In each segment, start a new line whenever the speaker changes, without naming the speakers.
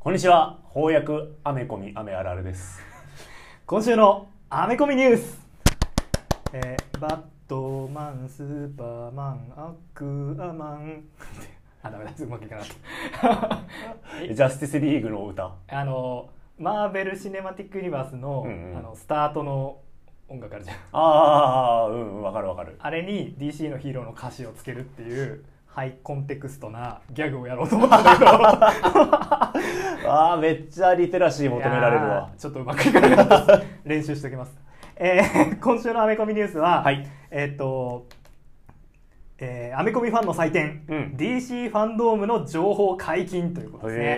こんにちは翻訳アメコミアメあるあるです今週のアメコミニュース
えーバットマンスーパーマンアクアマン あダメだうまくいかなかった
ジャスティスリーグの歌
あのマーベル・シネマティック・ユニバースの,、
うんうん
あのスタートの音楽あるじゃん
ああうんわかるわかる
あれに DC のヒーローの歌詞をつけるっていうハイコンテクストなギャグをやろうと思ったんだけど
ああめっちゃリテラシー 求められる
い
わ
やーちょっとうまくいかなかったです練習しておきます、えー今週のアメコミニュースは、
はい
えーっとえーアメコミファンの祭典、
うん
DC ファンドームの情報解禁ということですね、
へ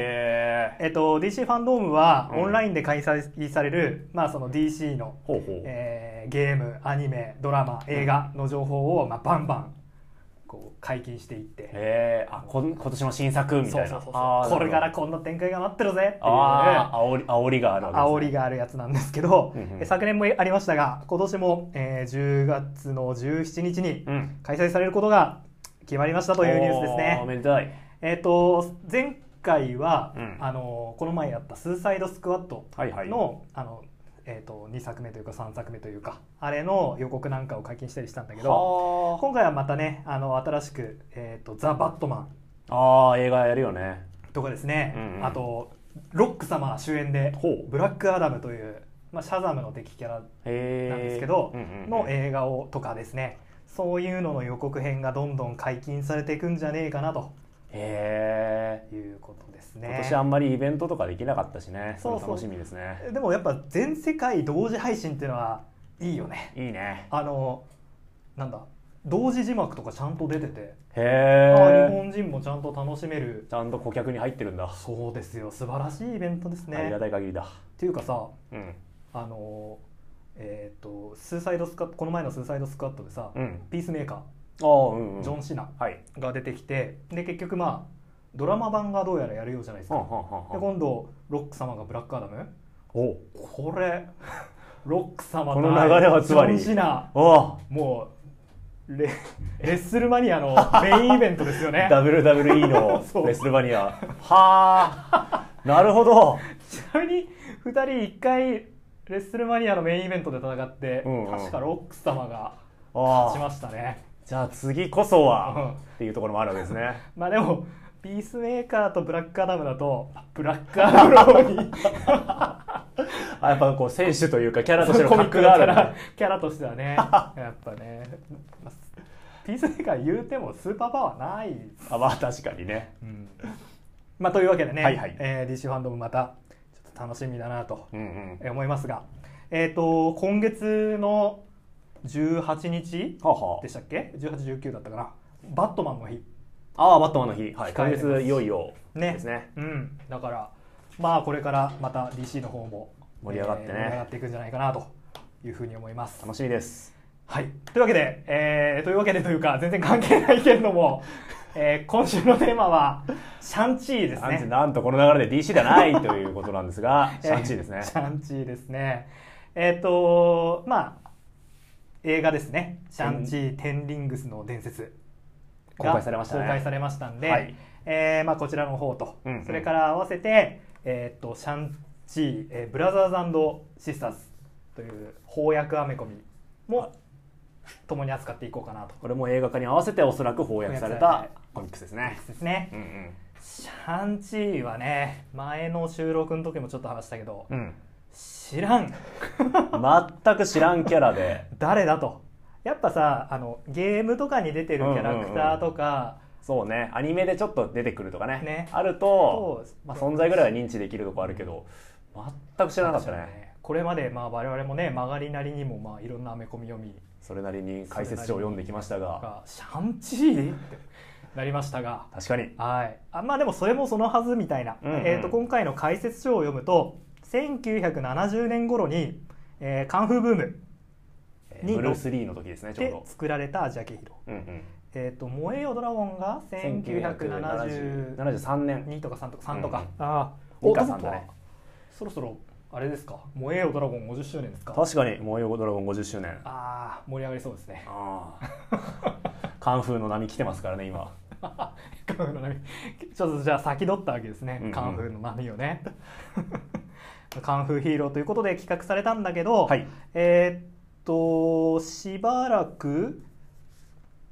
え
えっと、DC ファンドームは
うん
オンラインで開催される、まあ、その DC の、
ほうほう、
えーゲームアニメドラマ映画の情報を、まあ、バンバンこう解禁していって、
へえあこん今年の新作みたい
そう
な
そうそう
あー
そうこれから
なる
こんな展開が待ってるぜっていう
ほどああ煽り煽りがあるわけですね
煽りがあるやつなんですけど、
うんうん
え昨年もありましたが今年も、えー10月の17日に
うん
開催されることが決まりましたというニュースです
お
ね。
めでたい
えっと前回は、
うん
あのこの前やった「スーサイドスクワット」
はいはい
のあの、えー、と2作目というか3作目というかあれの予告なんかを解禁したりしたんだけど
は
今回はまたねあの新しく、えーと「ザ・バットマン
ああー映画やるよね」
とかですね、
うんうん
あと「ロック様」主演で
ほ
「
う
ブラック・アダム」という、まあ、シャザムの敵キャラ
へえ
なんですけど、
うんうんうん
の映画をとかですねそういうのの予告編がどんどん解禁されていくんじゃねえかなと
へえ
いうことですね。
今年あんまりイベントとかできなかったしねそ
そ
れ
うそう
楽しみですね
でもやっぱ全世界同時配信っていうのはいいよね
いいね
あのなんだ同時字幕とかちゃんと出てて、
へ
あ日
え
本人もちゃんと楽しめる
ちゃんと顧客に入ってるんだ、
そうですよ素晴らしいイベントです
あり
ね
がたい限りだ
っていうかさ
うん
あのえっ、とスーサイドスカこの前のスーサイドスクワットでさ、
うん
ピースメーカ
ああうん、う
ー
ん、
ジョン・シナ
はい
が出てきてで結局まあドラマ版がどうやらやるようじゃないです
は
か、
んはんはんは
で
ん
今度ロック様がブラックアダム
お
これ ロック様
この流れはつまり
ジョンシナ
お
もうレレッスルマニアのメインイベントです よね
WWE
そ
の
う
レスルマニアはあなるほど
ちなみに2人1回レッスルマニアのメインイベントで戦って、
うんうん
確かロックス様が
あ
勝ち
あ
ましたね
じゃあ次こそは
うん
っていうところもあるわけですね
まあでもピースメーカーとブラックアダムだとブラックアダムの方に
あやっぱこう選手というかキャラとしての格がある
キャラ
ね
キャラとしては ねやっぱねまあピースメーカー言うてもスーパーパワーない
あまあ確かにね
まあというわけでね、
はいはい
えー DC ファンドもまたちょっと楽しみだなと
うんうん
えー思いますが、えー、と今月の18日
はあはあ
でしたっけ1819だったかなバットマンの日
ああバットマンの日、はい、今
控えてます
月いよいよ
ね
ですね
うん、だからまあこれからまた DC の方も
盛り上がってね
えー盛り上がっていくんじゃないかなというふうに思います。
楽しみです
はい、というわけで、えーというわけでというか全然関係ないけれ ども、えー今週のテーマは「シャンチー」です
なんせ
ね。
なんとこの流れで DC じゃないということなんです がシャンチーですね
えシャンチーですね。えっ、とまあ映画ですね。シャンチー・テンリングスの伝説が
公開されましたね
公開されましたんで、
はい
えーまあこちらの方と、
うんうん
それから合わせてえっ、とシャンチー、えーブラザーズシスターズという翻訳アメコミも共に扱っていこうかなと。
これも映画化に合わせておそらく翻訳され
翻
た
訳され
コミックスですね
ですね
う。ん
シャンチーはね前の収録の時もちょっと話したけど、
うん、
知らん。
うん、全く知らんキャラで
誰だとやっぱさあのゲームとかに出てるキャラクターとか
そうねアニメでちょっと出てくるとかね
ね
あると
そう
まあ、存在ぐらいは認知できるとこあるけど全く知らなかったね
これまでまあ我々もね曲がりなりにもまあいろんなアメコミ読み
それなりに解説書を読んできましたが
が「シャンチー?」ってなりましたが
確かに
はいあまあでもそれもそのはずみたいな、
うんうん
えー、と今回の解説書を読むと1970年頃に、えーカンフーブーム
え
に
ーブルース・リーの時ですねちょう
で
ど、
作られたジャケヒロ
うんうん、
えー、と「燃えよドラゴン」が1970
1973年
2とか3とか3とか、
うんうん
ああ
二か三だね
そろそろあれですか「燃えよドラゴン」50周年ですか
確かに「燃えよドラゴン」50周年
ああ盛り上がりそうですね
ああカンフーの波来てますからね今
カンフーの波ちょっとじゃあ先取ったわけですね、
うんうん
カンフーの波をね カンフーヒーローということで企画されたんだけど、
はい
えーっとしばらく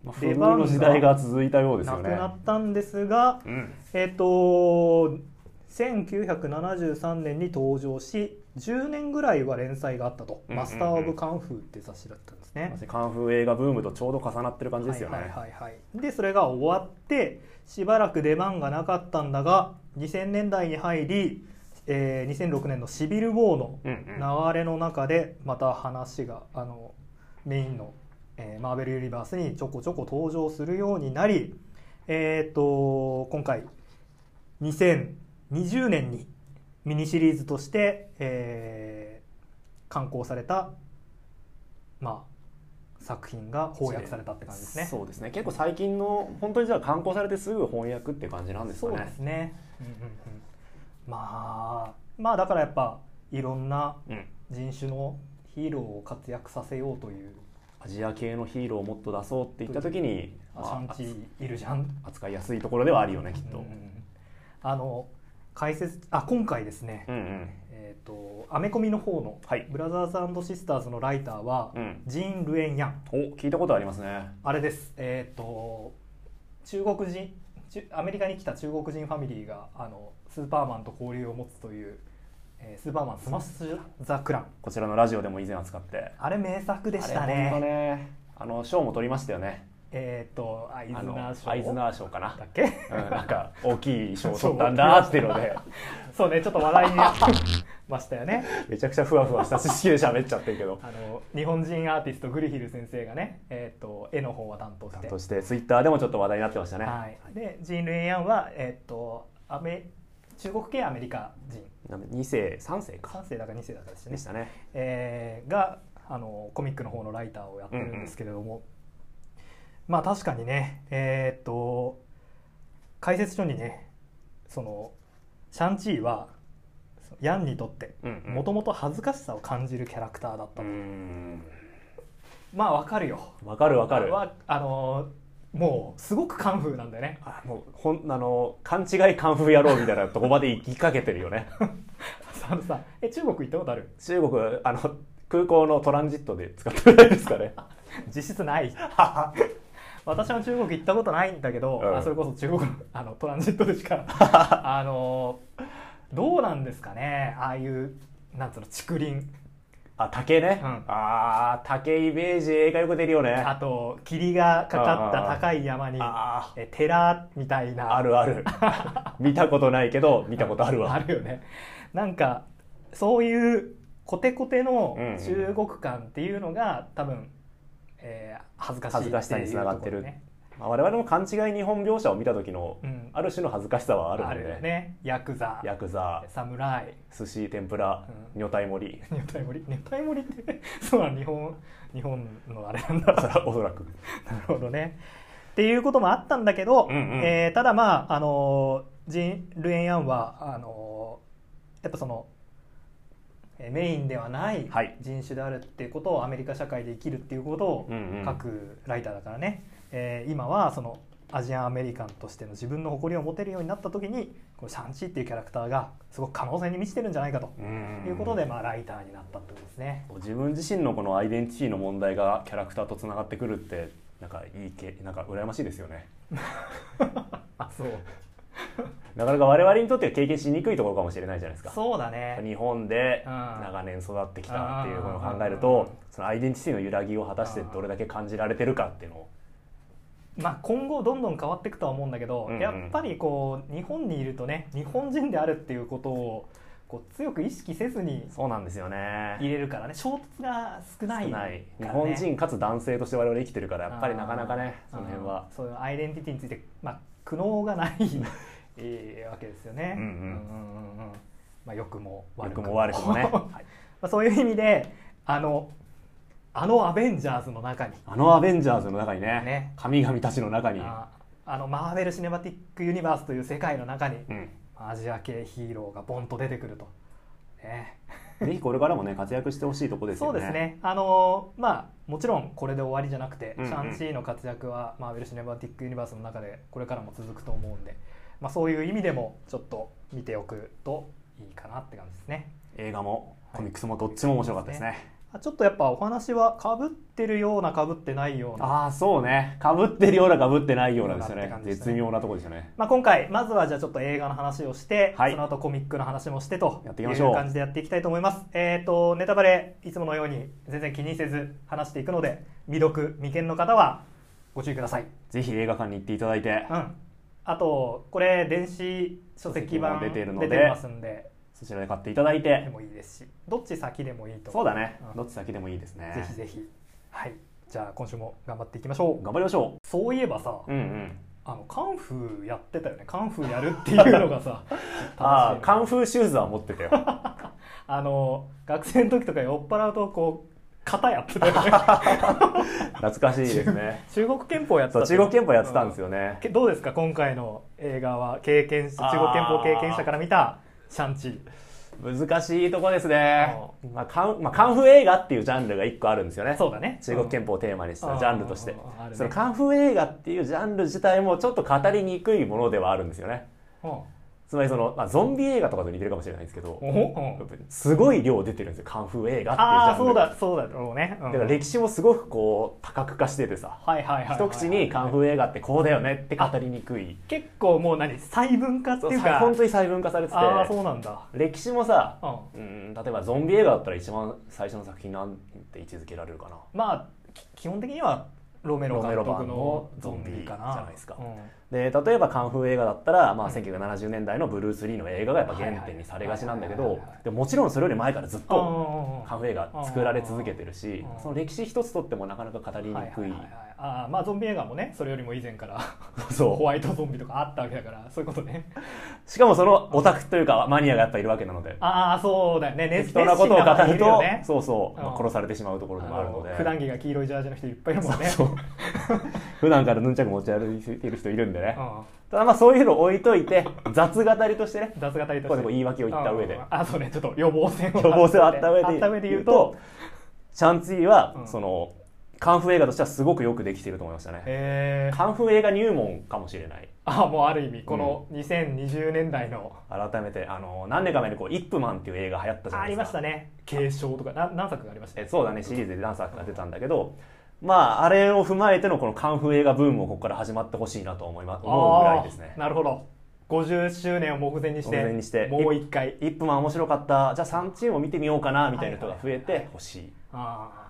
まあ、不
出
遇
番が
の時代が続いたようです
な
よ
く
ね
なったんですが
うん
えっと1973年に登場し10年ぐらいは連載があったと「
うんうんうん
マスター・オブ・カンフー」って雑誌だったんですね。
カンフー映画ブームとちょうど重なってる感じですよね、
はいはいはいはい、でそれが終わってしばらく出番がなかったんだが2000年代に入り、えー2006年のシビル・ウォーの
うんうん
流れの中でまた話があのメインの、えーマーベル・ユニバースにちょこちょこ登場するようになり、えー、と今回2020年にミニシリーズとして、えー刊行された、まあ、作品が翻訳されたって感じですね。
そうですね結構最近の本当にじゃあ刊行されてすぐ翻訳って感じなんですか
そう
ね
ですね、うんうんうん、まあまあだからやっぱいろんな
うん
人種のヒーローを活躍させようという
アジア系のヒーローをもっと出そうって言った時に、
あシャン
まあ
チーいるじゃん
扱いやすいところではあるよねきっと、
うんうんあの解説あ今回ですね、
うんうん
えっ、とアメコミの方の、
はい
ブラザーズシスターズのライターは、
うん
ジーン・ルエン・ヤン
お聞いたことありますね
あれですえっ、と中国人中アメリカに来た中国人ファミリーがあのスーパーマンと交流を持つという、えースーパーマンスマッシュ・ザ・クラン
こちらのラジオでも以前扱って
あれ名作でした
あれ本当
ね
ねあの賞も取りましたよね
えっ、とアイズナ
あの
ー賞
アイズナー賞かな
だっけ
うん、なんか大きい賞を取ったんだっていうので
そうねちょっと話題になってましたよね
めちゃくちゃふわふわした知識で喋っちゃってるけど
あの日本人アーティストグリヒル先生がね、えー、と絵の方は担当し て
そしてツイッターでもちょっと話題になってましたね、
はい、でジーン・ルイン・ヤンは、えー、とアメ中国系アメリカ人
なんで2世3世か
3世だか2世だかでしたね
でしたね
えーがあのコミックの方のライターをやってるんですけれども、まあ確かにねえーっと解説書にねそのシャンチーはヤンにとって
うんうん
もともと恥ずかしさを感じるキャラクターだった
う
と、
ん
まあわかるよ
わかるわかる
はあのもうすごくカンフーなんだよね
あもうほんあの勘違いカンフー野郎みたいなとこまで行きかけてるよ ね
あのさえ中国行ったことある
中国あの空港のトランジットで使ってないですかね
実 質ない私は中国行ったことないんだけど、
うん
あそれこそ中国のあのトランジットでしか あのどうなんですかねああいうなんつうの竹林
あ竹ね、
うん
あー竹イメージ映画よく出るよね
あと霧がかかった高い山に
あー
え寺みたいな
あるあ る見たことないけど見たことあるわ
あるよねなんかそういうコテコテの
うんうん
中国感っていうのが多分、えー恥ずかしい
恥ずかしさにつながってる
いうところね
まあ、我々も勘違い日本描写を見た時の、
うん
ある種の恥ずかしさはある
あ
の
る
で、
よねヤクザ
ヤクザ
侍
寿司天ぷら
うん
女体 盛り
女体盛り女体盛りってそうなの日本日本のあれなんだ
おそらおそらく
なるほどね。っていうこともあったんだけど、
うんうん
えーただまあ、あのージン・ルエン・ヤンはあのーやっぱそのえーメインではない
はい
人種であるっていうことをアメリカ社会で生きるっていうことを
うんうん
書くライターだからね、えー今はそのアジアンアメリカンとしての自分の誇りを持てるようになった時にこのシャンチーっていうキャラクターがすごく可能性に満ちてるんじゃないかということで、まあ、ライターになったってことですね。
自分自身のこのアイデンティティの問題がキャラクターとつながってくるってなんかいいけなんか羨ましいですよね
あそう
なかなか我々にとっては経験しにくいところかもしれないじゃないですか
そうだね
日本で
うん
長年育ってきたっていうものを考える
う
と
ん
そのアイデンティティの揺らぎを果たしてどれだけ感じられてるかっていうのを
まあ、今後どんどん変わっていくとは思うんだけど、
うんうん
やっぱりこう日本にいるとね日本人であるっていうことをこう強く意識せずに
そうなんですよね
入れるからね衝突が少ない
少
から
な
ね
い日本人かつ男性として我々生きてるからやっぱりなかなかね
あー
その辺は
あーそういうアイデンティティについて、まあ、苦悩がないえ ーわけですよね。
うんうん
うんうんうんまあ、良くも悪
良
く
く
も
も悪くも ね
まあ、そういう意味であのあのアベンジャーズの中に
あのアベンジャーズの中にね
ね
神々たちの中に、
ああのマーベル・シネマティック・ユニバースという世界の中に
うん、
アジア系ヒーローがボンと出てくると、ね、
ぜひこれからもね活躍してほしいとこです
そ
よ
う
ね。
です。ねあのーまあもちろんこれで終わりじゃなくて、
うんうん
シャンチーの活躍はマーベル・シネマティック・ユニバースの中でこれからも続くと思うんで、まあ、そういう意味でもちょっと見ておくといいかなって感じですね。
映画もコミックスもどっちも面白かったですね。
あちょっとやっぱお話はかぶってるようなかぶってないような、
ああそうね。被ってるような被ってないようなですよ
って
ね
感。じでしたね
絶妙なとこでしたね。
まあ、今回まずはじゃあちょっと映画の話をして、
はい
その後コミックの話もしてと
やっていきましょう
感じでやっていきたいと思います。えっ、とネタバレいつものように全然気にせず話していくので未読未見の方はご注意ください。
ぜひ映画館に行っていただいて、
うん、あとこれ電子書籍版
書籍版出てるの
出
で
てますんで
そちらで買っていただい
で
て、
もいいですしどっち先でもいいと
そうだね
うん。
どっち先でもいいですね。
ぜひぜひはいじゃあ今週も頑張っていきましょう
頑張りましょ
そういえばさ、
う。うんうん。
あのカンフーやってたよねカンフーやるっていうのがさ
ああ
楽しい
カンフーシューズは持ってたよ。
あの学生の時とか酔っ払うとこう型やってた よね
懐かしいですね。
中国憲法やってた
そう
って
中国憲法やってたんですよ
うん
ね。
けどうですか今回の映画は経験者中国憲法経験者から見たシャンチー
難しいとこですね
う。ん
まあカンまあカンフー映画っていうジャンルが一個あるんですよね。
そうだね
中国憲法をテーマにしたジャンルとして
うんうんうんうんあるね
そのカンフー映画っていうジャンル自体もちょっと語りにくいものではあるんですよね
法、うん
つまりその、まあ、ゾンビ映画とかと似てるかもしれないですけど
おほうん
すごい量出てるんですよカンフー映画っていうジャンル
ああそうだそうだろうね、うん
だから歴史もすごくこう多角化しててさ
はいはいはいはい
一口にカンフー映画ってこうだよねって語りにくい
結構もう何細分化って
そう
いうか
本当に細分化されてて
ああそうなんだ
歴史もさ
うん
うん例えばゾンビ映画だったら一番最初の作品なんて位置づけられるかな
まあき基本的にはロメロ監
ロメロ
督
版
の
の
ゾンビかな
じゃないですか
うん
で例えばカンフー映画だったら、ま
う
あ、
ん
1970年代のブルース・リーの映画がやっぱ原点にされがちなんだけ
はいは
ど
いはいはい
でももちろんそれより前からずっ
うん
と
うんうん
カンフー映画作られ続けてるし
うん
その歴史一つとってもなかなか語りに
はいは
く
いはい
い
はいああまあゾンビ映画もねそれよりも以前から ホ
そ
ワイトゾンビとかあったわけだからそういうことね
うしかもそのオタクというかマニアがやっぱいるわけなので
ああそうだよね
適当なことを語る
熱心な方
と
いよね
そうそう
う
ま
ん
あ殺されてしまうところでもあるの
あ
で
の普段着が黄色いジャージの人いっぱいいるもんね
そう普段からヌンチャク持ち歩いてる人いるんでね
うん
ただまあそういうの置いといて雑語りとしてね
雑語りと
これ
して
でも言い訳を言った上で
ああそうねちょっと予防線を
予防性をあった上で
あった上で言
言
う
う
と
とシャンツィは、
うん
そのカンフー映画としてはすごくよくできていると思いましたね
えー、
カンフー映画入門かもしれない
あもうある意味この2020年代の、
改めてあの何年か前にこう「イップマン」っていう映画流行ったじゃ
あ
ないで
り
すか
ましたね継承とかな何作がありました
えそうだねシリーズで何作か出たんだけど、まああれを踏まえてのこのカンフー映画ブームもここから始まってほしいなと思いま思うぐらいですね
あーなるほど50周年を目前にして
目前にして
もう一回
イップマン面白かったじゃあ3チームを見てみようかなみたいな人が増えてほしい、
あ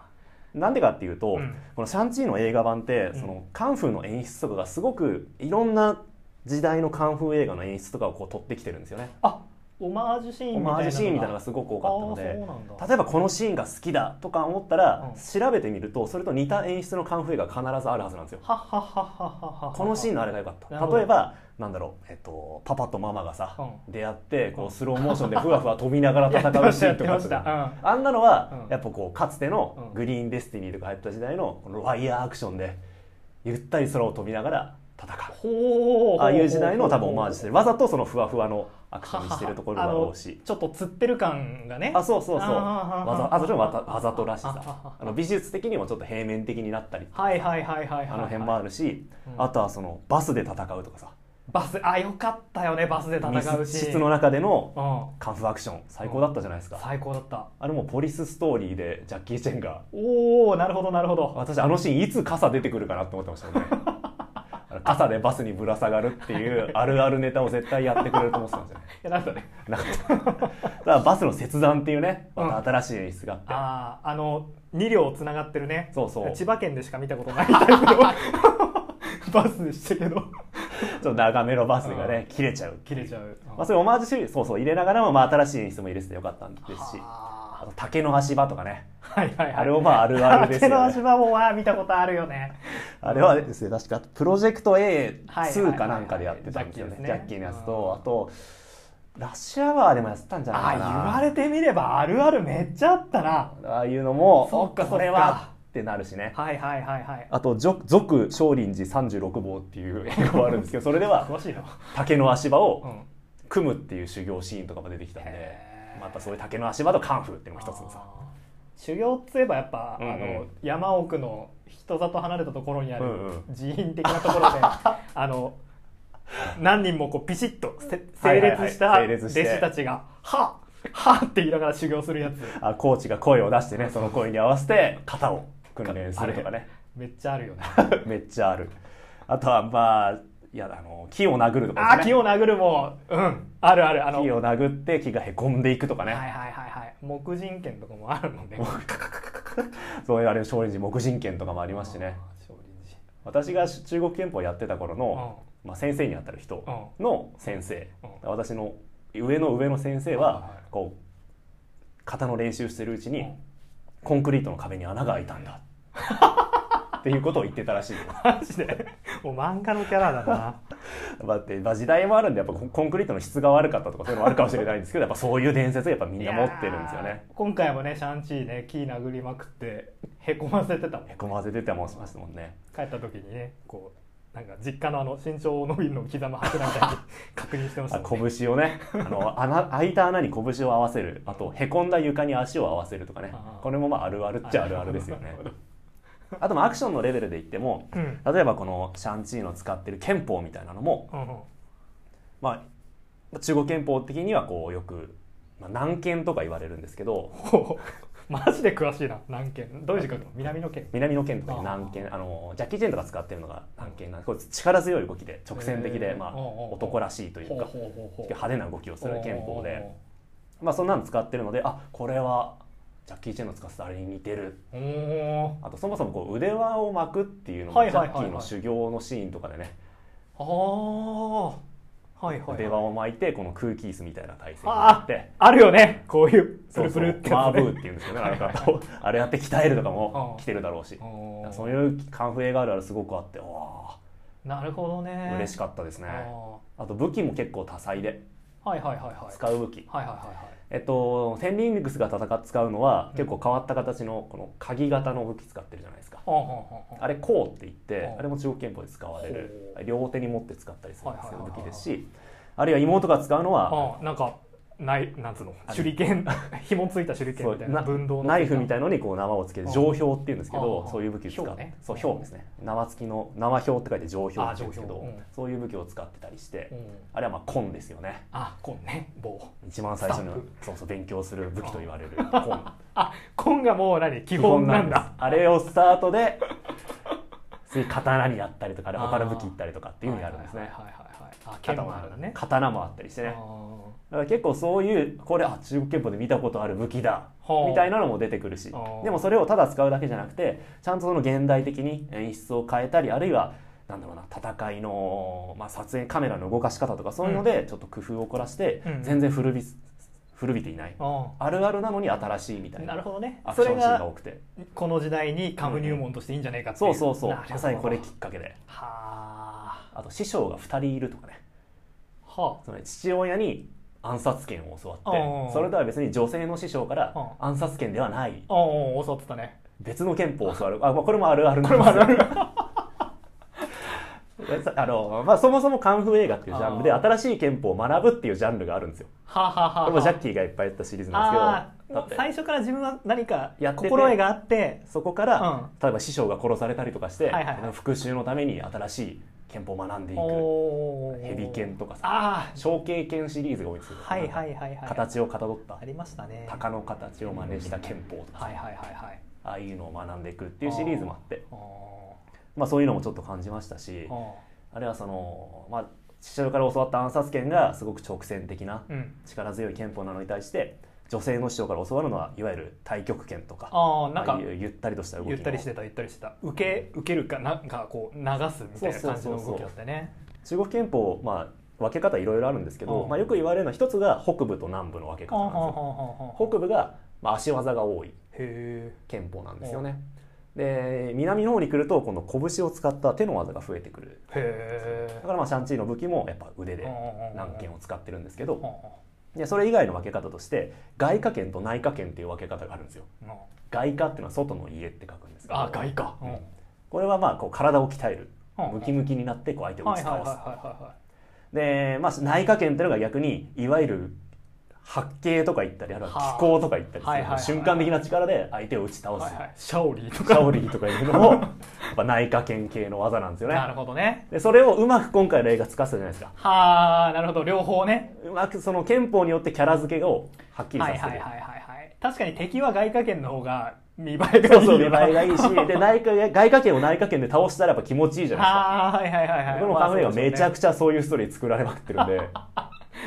なんでかっていうと、
うん
このシャンチーの映画版って
うん
そのカンフーの演出とかがすごくいろんな時代のカンフー映画の演出とかをこう取ってきてるんですよね。
ーあオマージュシー
オ
ンみたいな
マージュシーンみたいなのが
のが
すごく多かったの
あーそう
で
なんだ
例えばこのシーンが好きだとか思ったら、
うん
調べてみるとそれと似た演出のカンフー映画が必ずあるはずなんですよ。
はっはっはっはっはっは
このシーンのあれが良かっ
なるほ
た
ど
例えばなんだろう、えっと、パパとママがさ、
う
出会ってこうスローモーションでふわふわ飛びながら戦うシーンとかあったじゃん
やってました
あんなのは、
うん
やっぱこうかつてのグリーンデスティニーとか流行った時代のこのワイヤーアクションでゆったり空を飛びながら戦う
ほー
ああいう時代の多分オマージュしてるわざとそのふわふわのアクションにしてるところだろう
あ
し
のちょっと釣ってる感がね
あそうそうそう
あー
わざあそれもわざわざとらしさ
あ
あの美術的にもちょっと平面的になったり
はいはいはいはいはい、はい、
あの辺もあるし、
うん
あとはそのバスで戦うとかさ
バスあよかったよねバスで戦うシーン
密室の中での
う
カンフーアクション最高だったじゃないです
ん
か、
最高だった
あれもポリスストーリーでジャッキー・チェンが
おおなるほどなるほど
私あのシーンいつ傘出てくるかなと思ってました もんねあの傘でバスにぶら下がるっていうあるあるネタを絶対やってくれると思ってたんですよね
いやなんだね
なか っただからバスの切断っていうねまた新しい演出があって、
あああの2両つながってるね
そうそう
千葉県でしか見たことないタイプの バスでしたけど
ちょっと長めのバスがね、
う
切れちゃう
切れちゃう、
まあ、それオマージュシリーズそうそう入れながらも、まあ、新しい演出も入れててよかったんですしあ
は
と竹の足場とかね
あはいはいはい
あれをまああるあるですよね
手の足場もわあ見たことあるよね
あれはですね、確かプロジェクト A2 かなんかでやってたんですよね、
はいはい
ジャ
はいはい
ッキーのやつ
うん
と、あと、ラッシュアワーでもやってたんじゃないかな。
ああ言われてみればあるあるめっちゃあったな
ああいうのも、
そっかそっか
これはってなるしね。
はいはいはいはい
あと、俗俗少林寺36号って いう映画もあるんですけど、それでは
詳しいな
竹の足場
う
を
ん
組むっていう修行シーンとかも出てきたんで、
え
またそういう竹の足場とカンフーっていうのも一つのさ
あー修行っつえばやっぱ、
うんうん
あの山奥の人里離れたところにある
うんうん
寺院的なとこ ろで、あの何人もこうピシッとせ整列し
は
た
いはいはい整
弟
列して
子たちが「はっはっ!」って言いながら修行するやつ
あコーチが声を出してねその声に合わせて肩を訓練するとかね
めっちゃあるよね。
めっちゃあるあとはまあいやあの木を殴るとか
あ
で
ー
す
木
ね
を殴るもうんあるあるあの
木を殴って木がへこんでいくとかね、
はいはいはいはい木人剣とかもあるもんね
そういうあれ少林寺木人剣とかもありますしね
あー少林
私が中国拳法やってた頃の、まあ、先生にあたる人の先生、
う
私の上の上の先生
はい
は
はい
こう型の練習してるうち
寺
に、
うん
コンクリートの壁に穴が開いたん だっていうことを言ってたらしいよ
マジでもう漫画のキャラだな
だって、まあ、時代もあるんでやっぱココンクリートの質が悪かったとかそういうのもあるかもしれないんですけどやっぱそういう伝説をやっぱみんな持ってるんですよ
いや
ね
ー今回もねシャンチーね木殴りまくってへこませてたもん
へこませてたもんしましたもんね
帰った時にねこうなんか実家のあの身長伸びるのを刻む柱みたいに 確認してました
あ
もんね
拳をねあの穴開いた穴に拳を合わせるあとへこんだ床に足を合わせるとかね
あー
これもまああるあるっちゃあるあるですよ
な
ね
るほど
あとまあアクションのレベルで言っても
うん
例えばこのシャンチーの使ってる拳法みたいなのも、
うんうん
まあ、中国拳法的にはこうよく、まあ、南拳とか言われるんですけど
ほうマジで詳しいな南県どういう字書くの南の県
南の剣とか
あー
南剣あのジャッキー・チェンとか使ってるのが南剣なんですこれ力強い動きで直線的
へ
で、
ー
まあ、
おうおうおう
男らしいという
ほう
か
ほうほうほう
派手な動きをする剣法
おうおうお
で
う、
まあ、そんなの使ってるのであこれはジャッキー・チェンの使ってたあれに似てる
おー
あとそもそもこう腕輪を巻くっていうの
は
も
い
ジ
はいはい
ャ
は
ッキ
い
ーの修行のシーンとかでね
ああはいはい、
腕輪
はい、
を巻いてこの空気椅子みたいな体勢になって。
あるよねこういうプ
そう
ル
そ
プ
う
ルって
マ
や
ー
つね
ブーっていうんですよねあの方 をあれやって鍛えるとかも
うん
来てるだろうし
おー
そういうカンフー映画あるあるすごくあってわ
なるほど
あ
ね
嬉し
く
かったですね
は
あと武器も結構多彩で
いはいはいはい
使う武器、
はいはいはい
えっと、天輪グスが戦使うのは
うん
結構変わった形のこの鍵型の武器使ってるじゃないですか、
はいはい
あれ「こう」って言って
うん
あれも中国拳法で使われる
ほ
両手に持って使ったりするんですけど
はい
武
はいはいはい
器ですしあるいは妹が使うのは
あなんかないなんつうの
あの
手裏 剣紐ついた手裏剣
そ
み
う
たいな
な
分動の
ナイフみた
い
いのにこう縄をつけて
うん
上標っていうんですけ
う
ど
ん
そういう武器を使
ひょう
って
ね
そう標ですね縄付きの縄標って書いて上標って言うんですけ
あ上
ど
標うん
そういう武器を使ってたりして
な、うん、
あれはまあ紺ですよね
あこんね棒
一番最初
ス
の
タンプ
そうそう勉強する武器と言われ る紺
あこんがもう何基
基
本
本
な
なんん
だ
だあれをスタートで次刀になったりとかで
あー
他の武器行ったりとかっていうのがあるんです
はい
ね
はいはいはいあ剣
刀
も
も
あ
あ
る
る
んだね
刀もあったりして
あ
ね
ー
だから結構そういうこれあ中国拳法で見たことある武器だ
はあ
みたいなのも出てくるし
あー
でもそれをただ使うだけじゃなくてちゃんとその現代的に演出を変えたりあるいはなんだろうな戦いの、まあ、撮影カメラの動かし方とかそういうのでちょっと工夫を凝らして
うん
全然古び古びていない
あ
あるあるなのに新しいみた
ー
い
なる
な
ほどね
アク
そ
ショ
れ
ンシーン
が
が多くて
この時代にカム入門としていいんじゃないかってい、
そううそうそう
なるほど
まさにこれきっかけで
は
あと師匠が2人いるとかね
あは
つまり父親に暗殺権を教わっ
ああ
てそれとは別に女性の師匠から
あ
暗殺権ではない
あおお教わってたね
別の憲法を教わるあ、まあ、これもあるあるなんですよ
あるある
あの、まあ、そもそもカンフー映画っていうジャンルで
ああ
新しい憲法を学ぶっていうジャンルがあるんですよ
はあはあはあ
こ
はあ
れもジャッキーがいっぱいやったシリーズな
あ
んです
あ
けどだって
最初から自分は何か
やってて
心得があって
そこから、
うん
例えば師匠が殺されたりとかして、
はいはいはい
復讐のために新しい憲法を学んでいく
おー
ヘビ剣とかさ
あ
象形剣シリーズが多いんですよ
あはいはいはいはい
形をかたどった
ありましたね
鷹の形を真似した憲法とか、
はいはいはいはい
ああいうのを学んでいくっていうシリーズもあって
あ
まあ、そういうのもちょっと感じましたし
ーあ
あれはその、まあ、父親から教わった暗殺権がすごく直線的な
ーうん
力強い憲法なのに対して女性の師匠から教わるのはいわゆる太極拳とか
ああなん
あ
か
あいうゆったりとした動きの
ゆったりしてたゆったりしてた受け受けるかなんかこう流すみたいな感じの動きだったね
中国憲法、まあ、分け方いろいろあるんですけど、
うん
まあ、よく言われるのは一つが北部と南部の分け
は
方
あ
なん
は
です
あは
よ
あはあ
北部が、まあ、足技が多い
へ
憲法なんですよね。で南の方に来ると今度拳を使った手の技が増えてくる
えへ
だからまあシャンチーの武器もやっぱ腕
え
で何件を使ってるんですけど
は
でそれ以外の分け方として外貨圏と内貨圏っていう分け方があるんですよ
あは
外貨っていうのは外の家って書くんですけど
ああ外貨
うん
うん
これはまあこう体を鍛える
あ
ムキムキになってこう相手を打
は
ち
いはいはい
倒
はい
す
はいは
で、
い
まあ、内科圏っていうのが逆にいわゆる発景とか言ったりあるい
はあ
は気候とか言ったりする、
はいはいはい
瞬間的な力で相手を打ち倒す、
はいはい、シャオリーと
シ
か
ャオリーとかいう のもやっぱ内科研系の技なんですよ
な
ね
るほどね
でそれをうまく今回の映画使ってたじゃないですか
はあなるほど両方ね
うまくその憲法によってキャラ付けをはっきり
は
さ
い
せて
は
る、
いはいはいはい確かに敵は外貨圏の方が見栄えがいい
そうそう見栄えが
い
いいしで内科外科圏を内科圏で倒したらやっぱ気持ちいいじゃないですか
あーはいはいはいはい
このカフェがめちゃ
ち
くちゃそういうストーリー作られまくってるんで、
ゃ、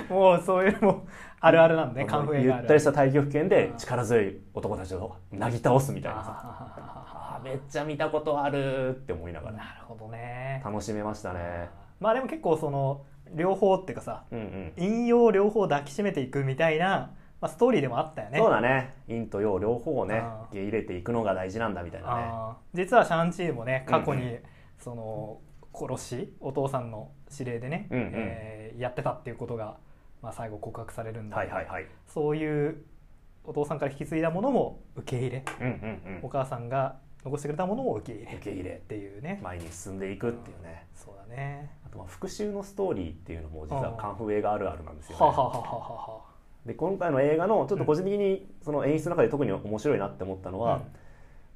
もうそういうのもあるあるなんでねカンフェ
ゆ
がある
ったりした太極拳で力強い男たちをなぎ倒すみたいなさ
あ
あめっちゃ見たことあるって思いなが
ー
ら
なるほどね
楽しめましたね
まあでも結構その両方っていうかさ
うんうん
引用両方抱きしめていくみたいな、まあ、ストーリーでもあったよね
そうだね陰と陽両方をね
あー
受け入れていくのが大事なんだみたいなね
あー実はシャンチーもね過去に、
うんう
その殺しお父さんの指令でね、
うんうん
えーやってたっていうことが、まあ、最後告白されるんだ
は
け
い
ど、
はいはい
そういうお父さんから引き継いだものも受け入れ、
うんうんう
お
ん
母さんが残してくれたものを受け入れ
受
っ
け入れ
ていうね、
前に進んでいくっていうね
そうだね
あとまあ復讐のストーリーっていうのも実
う
は
ん
カンフー映画あるあるなんですよ
はあ
ね
はあはあはあは
で今回の映画のちょっと個人的にその演出の中で特に面白いなって思ったの
あは
は、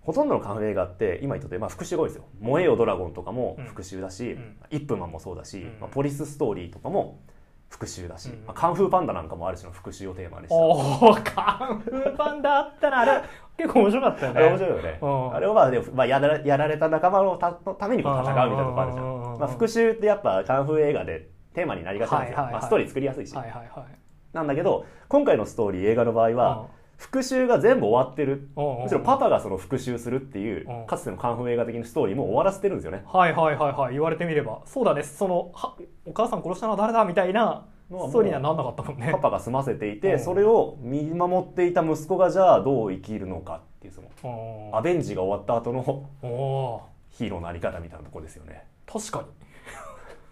ほとんどのカンフー映画って今言ってて、まあ、復讐が多いですよ「燃えよドラゴン」とかも復讐だし「
うん
イップマン」もそうだし、
うん
まあ、ポリスストーリーとかも復讐だし、
うん
まあ、カンフーパンダなんかもある種の復讐をテーマにした、
おおカンフーパンダあったなあれ結構面白かったよ
あ
ね
れ面白いよね、
うん
あれはまあでも、まあ、やらやられた仲間のたのためにこう戦うみたいなとこあるじゃ、
うんうんうんうんうんん
まあ、復讐ってやっぱカンフー映画でテーマになりがちなんですよ、
はいはいはい
まあ、ストーリー作りやすいし、
はいはいはい
なんだけど今回のストーリー映画の場合は、復讐が全部終わってる
うん
もちろんパパがその復讐するっていう
うん
かつてのカンフー映画的なストーリーも終わらせてるんですよね。
はいはいはいはい言われてみればそうだねそのはお母さん殺したのは誰だみたいな
のはもう
ストーリーにはなんなかったもんね
パパが済ませていうて
ん
それを見守っていた息子がじゃあどう生きるのかっていうその
うん
アベンジが終わった後の
お
ヒーローのあり方みたいなところですよね。
ー確かに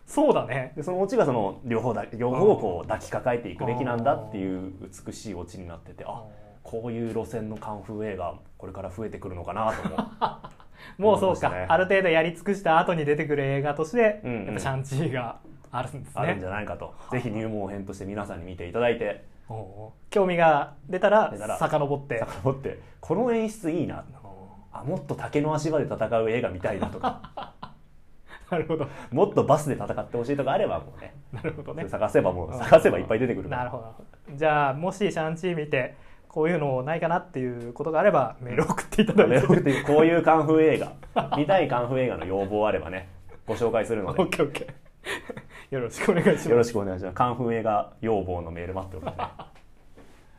そうだね
でそのオチがその両方だ両方をこう抱きかかえていくべきなんだっていう美しいオチになっててあこういう路線のカンフー映画これから増えてくるのかなと思う。
もうそ
思い
う
ました
か
ね
ある程度やり尽くした後に出てくる映画として
うんうん
やっぱシャンチーがあるんです
あるん
ね
じゃないかと、ぜひ入門編として皆さんに見ていただいて
おー興味が出たら
出たら
遡って
遡ってこの演出いいな
お
あもっと竹の足場で戦う映画見たいなとか
ーなるほど
もっとバスで戦ってほしいとかあればもうね
なるほどね
探せばも
う
うん探せばいっぱい出てくるか
なる
ら
ほどなるほどじゃあもしシャンチー見てこういうのないかなっていうことがあればメール送っていただい
メ
て
ロっていうこういうカンフー映画見たいカンフー映画の要望あればねご紹介するの
オッ
で
ケーオッケー。よろしくお願いします。
よろしくお願いしますカンフー映画要望のメール待っており ますね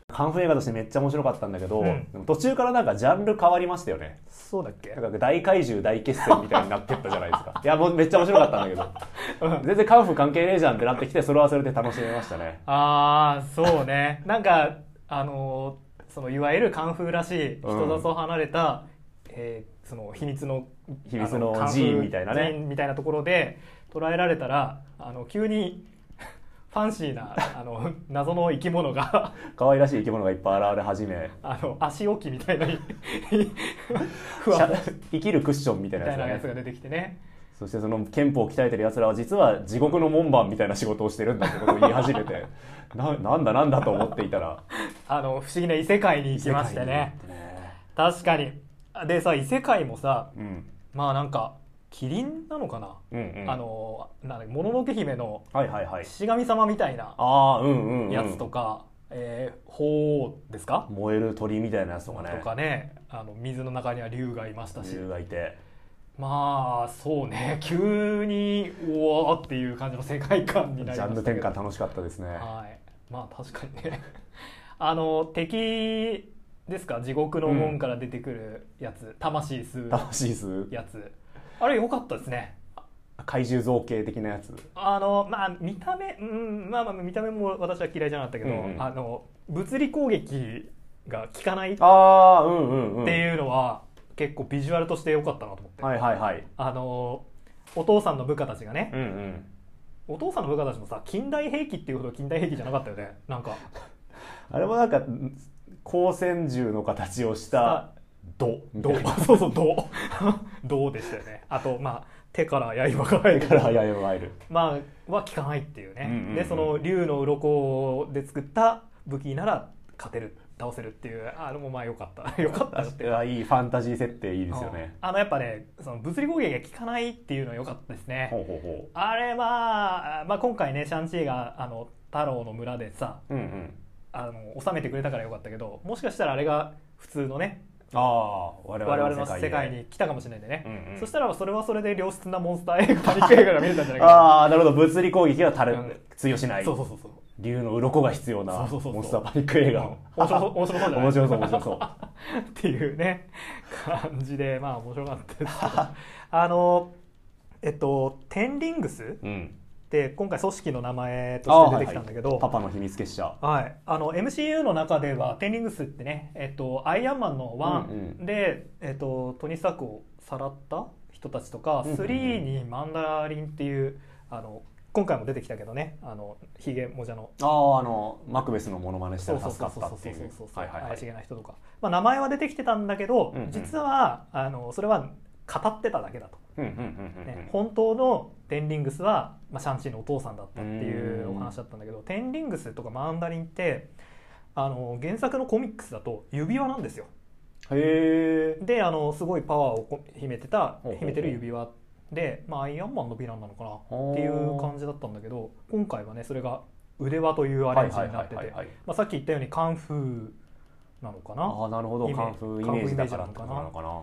カンフー映画としてめっちゃ面白かったんだけど、
うん
でも途中からなんかジャンル変わりましたよね
そうだっけ
なんか大怪獣大決戦みたいになってったじゃないですかいやもうめっちゃ面白かったんだけど
うん
全然カンフー関係ねえじゃんってなってきてそれはそれで楽しめましたね
ああ、そうね。なんか、あのーそのいわゆるカンフーらしい人里を離れた、えーその秘密の
秘密の
あカンフー
寺院みたいなね
寺院みたいなところで捉えられたらあの急に ファンシーなあの謎の生き物が
可愛らしい生き物がいっぱい現れ始め
あの足置きみたいなふ
シ
わ
ャ生きるクッションみたい
み
な
た
や
い
つ
な
が ね
やつが出てきてね。
そしてその憲法を鍛えてるやつらは実は地獄の門番みたいな仕事をしてるんだってことを言い始めてななんだなんだと思っていたら
あの不思議な異世界に行きましてね
世界に行ってね
確かにでさ異世界もさ
うん
まあなんかキリンなのかな、
うんうん
あのなんだもののけ姫の
はいはいはい
死神様みたいな
ああうんうん、うん、
やつとか、えー鳳凰ですか、
燃える鳥みたいなやつとかね
とかねあの水の中には竜がいましたし、
竜がいて
まあそうね急にうわーっていう感じの世界観
ジ
になりま
ャンル
したけ
転
ど
換楽しかったですね
はいまあ確かにね あの敵ですか地獄の門から出てくるやつ、魂吸う
楽しいです
やつあれ良かったですね
怪獣造形的なやつ
あのまあ見た目うんまあまあ見た目も私は嫌いじゃなかったけど、
うんうん
あの物理攻撃が効かないっ
ああうんうんうん
ていうのは、結構ビジュアルとして良かったなと思って、
はいはいはい
あのお父さんの部下たちがね
う、んうん
お父さんの部下たちもさ近代兵器っていうほど近代兵器じゃなかったよねなんか
あれもなんかん光線銃の形をした
銅
みた
銅
いな
そうそう銅銅でしたよねあとまあ手から刃が入
手
る
から刃を入る
まあは効かないっていうね、
うんうんうん
でその竜の鱗で作った武器なら勝てる倒せるっていうあれもまあ良かった 良かったっていうか
あいいファンタジー設定いいですよね。
あのやっぱねその物理攻撃が効かないっていうのは良かったですね
ほうほうほ
あれまあ、まあ、今回ねシャンチーがあの太郎の村でさ
う。うんうん。
あの収めてくれたから良かったけどもしかしたらあれが普通のね
ああ我
我
々
々
の
の
世界
世界に来たかもしれないんでね、
うんうん
そしたらそれはそれで良質なモンスター映画パニック映画が見れたんじゃないかな
ああなるほど物理攻撃はたる、
うん
通用しない
そうそうそうそう
竜の鱗が必要な
そうそうそうそう
モンスターパニック映画
面白そう面白そうじゃない
面白そう面白そう
っていうね感じでまあ面白かった ですけどあのえっとテンリングス
うん
って今回組織の名前として出てきたんだけど、
パパの秘密結社
はい、あの MCU の中では「テンリングス」ってね、えっと、アイアンマンの
うんう
1で、えっと、トニー・スタークをさらった人たちと
う
か、
んうんうん
3にマンダリンっていうあの今回も出てきたけどねあのヒゲもじゃの
あああのマクベスのモノマネしたら助かったっていう
そうそう
はいはいは
怪し
い
げな人とか、まあ、名前は出てきてたんだけど、
うんうん
実はあのそれは語ってただけだと、
うんうんうん
ね本当のテンリングスは、まあ、シャンチーのお父さんだったっていう
うん
お話だったんだけどテンリングスとかマンダリンってあの原作のコミックスだと指輪なんですよ
うんへえ
であのすごいパワーをこ秘めてた
ほうほうほう
秘めてる指輪で、まあ、アイアンマンのヴィランなのかなっていう感じだったんだけど今回はねそれが腕輪というアレンジになってて
はい
まあさっき言ったようにカンフーなのかな
ああなるほど
イメ
カンフーイメージだからってことなのかな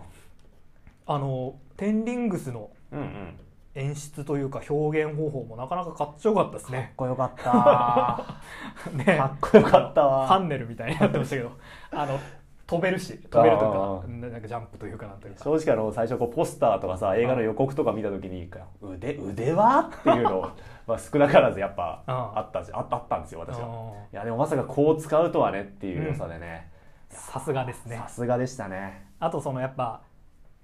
あのテンリングスの
うんうん
演出というか表現方法もなかなかかっちょよかったです
かっ
ね。
こよかった
ね
かっこよかったわ
ハンネルみたいになってましたけ どあの飛べるし飛べると
あ
か
ー
ななんかジャンプというかなんというか
正直あの最初こうポスターとかさ映画の予告とか見た時に腕腕はっていうのまあ少なからずやっぱ
うん
あったじああったんですよ私は
う
い
ん
やでもまさかこう使うとはねっていう良さでね
さすがですね
さすがでしたね
あとそのやっぱ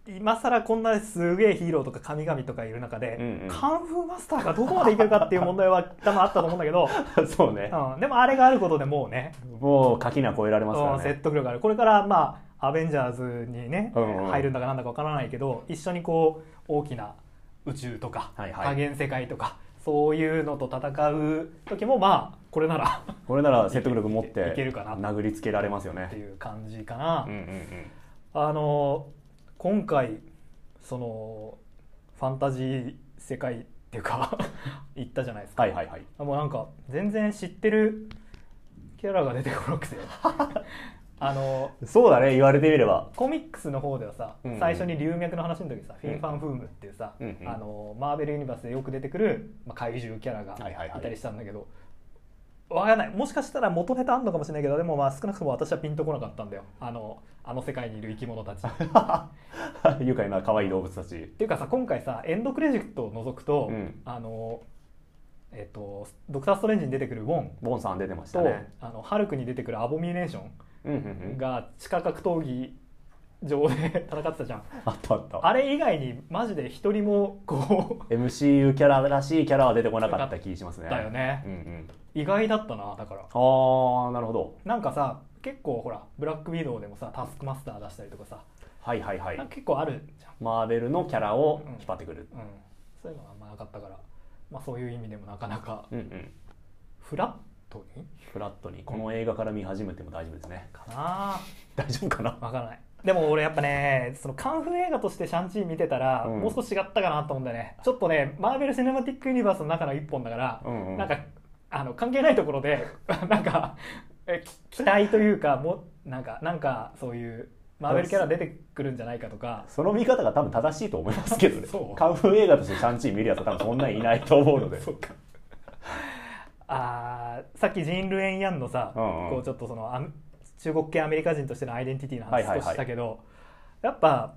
今更こんなすげえヒーローとか神々とかいる中で、
うんうん
カンフーマスターがどこまでいけるかっていう問題は多分あったと思うんだ けど、
そうね
うん、でもあれがあることでもうね
もう垣根は超えられます
うん
からね
説得力あるこれからまあアベンジャーズにね、
うんうん
入るんだかなんだかわからないけど一緒にこう大きな宇宙とか、
はいはい
多元世界とかそういうのと戦う時もまあこれなら
これなら説得力持って
いけるかな
殴りつけられますよ
って
ね
いう感じかな、
うんうんうん
あの今回そのファンタジー世界っていうか 行ったじゃないですか、
はいはいはい
もうなんか全然知ってるキャラが出てこなくて あの
そうだね言われてみれば
コミックスの方ではさ、
うんうん
最初に龍脈の話の時さ、
うん
フィン・ファン・フームっていうさ、
うんうん
あのマーベル・ユニバースでよく出てくる、まあ、怪獣キャラが
はいはいはい
いたりしたんだけど、わからないもしかしたら元ネタあんのかもしれないけどでもまあ少なくとも私はピンとこなかったんだよあのあの世界にいる生き物 たちっ
愉快な可愛い動物たち
ていうかさ今回さエンドクレジットを除くと、
うん
あのえっとドクター・ストレンジに出てくるウォン
ボンさん出てました
と、
ね
あのハルクに出てくるアボミネーショ
うんうん
ン
うん
が地下格闘技場で戦ってたじゃん
あったあった
あれ以外にマジで一人もこ
MCU キャラらしいキャラは出てこなかった気します
う
ね。
だよね
うんうん、
意外だったなだか
あ
ら
あなるほど
なんかさ結構ほらブラックウィドウでもさタスクマスター出したりとかさ
はいはいは
なん
い
か結構あるじゃん、
マーベルのキャラを引っ張ってくる、
うん、そういうのがあんまなかったから、まあ、そういう意味でもなかなか
うんうん、
フラットに
フラットにこの映画から見始めても大丈夫ですね
かな
大丈夫かな
わからないでも俺やっぱねそのカンフー映画としてシャンチー見てたら、
うん
もう少し違ったかなと思うんだよねちょっとねマーベル・シネマティック・ユニバースの中の一本だから、
うんうん
なんかあの関係ないところで なんかえき期待というかもなんかなんかそういうマーベルキャラ出てくるんじゃないかとか
その見方が多分正しいと思いますけどね
そう
カンフー映画としてシャンチー見るやつは多分そんなにいないと思うので
そうかあーさっきジン・ルエン・ヤンのさ、
うんうん
こうちょっとそのアメ中国系アメリカ人としてのアイデンティティの
はい
話
はいはい
少ししたけど、やっぱ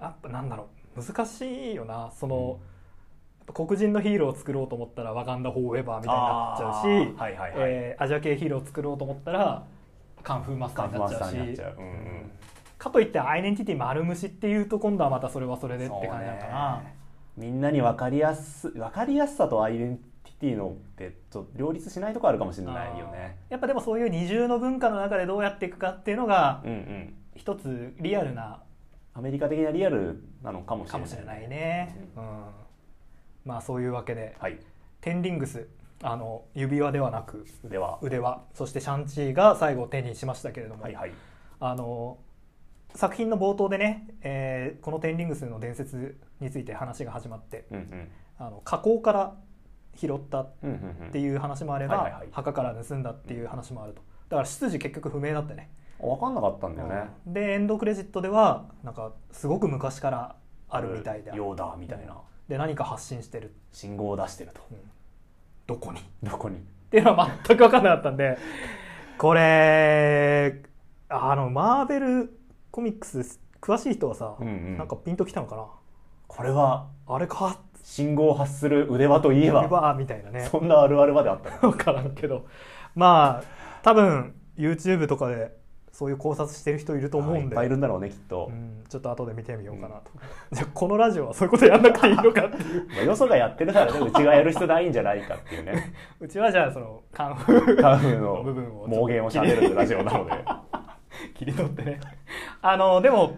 やっぱなんだろう難しいよなその、やっぱ黒人のヒーローを作ろうと思ったらワガンダ・フォーエバーみたいになっちゃうし、
あーはいはいはい、
えーアジア系ヒーローを作ろうと思ったらカンフーマス
カ
ター
ン
に
フー
な
マスタ
っちゃう
ーになっ
し
ちゃう、うんうん、
かといってアイデンティティ丸虫っていうと今度はまたそれはそれでって感じなのか
そ
な
うねみんなに分かりやす分かりやすさとアイデンティティのってちょっと両立しないとこあるかもしれないよね
やっぱでもそういう二重の文化の中でどうやっていくかっていうのが
うんうん
一つリアルな
アメリカ的なリアルなのかもし
か
れ
も
ない
しれないね、うんまあそういうわけで
はい
「テンリングス」あの指輪ではなく
では
腕輪そしてシャンチーが最後手にしましたけれども、
はいはい
あの作品の冒頭でね、えーこのテンリングスの伝説について話が始まって
うんうん
あの火口から拾ったっ
うんうん
ていう話もあれば、
はいはいはい
墓から盗んだっていう話もあるとだから出自結局不明だったね
うん分かんなかったんだよね
でエンドクレジットではなんかすごく昔からあるみたいで
ようだみたいな
で何か発信してる、
信号を出してると
うんどこにっ
どこに
ていうのは全く分かんなかったんで これあのマーベルコミックス詳しい人はさ、
うんうん
なんかピンときたのかな
これは
あれか
信号を発する腕輪といえば
ばみたいなね
そんなあるあるまであったの
分からんけどまあ多分 YouTube とかでそういう考察してる人いると思うん
いっ
で、
ぱいいるんだろうねきっと
う、ん、ちょっと後で見てみようかなと、じゃあこのラジオはそういうことやんなくていいのかっていう
まあ、よそがやってるならねうちがやる必要ないんじゃないかっていう ね
うちはじゃあそのカンフー
カーフ
の部分を
の盲言をしゃべるラジオなの で
切り取ってねあのでも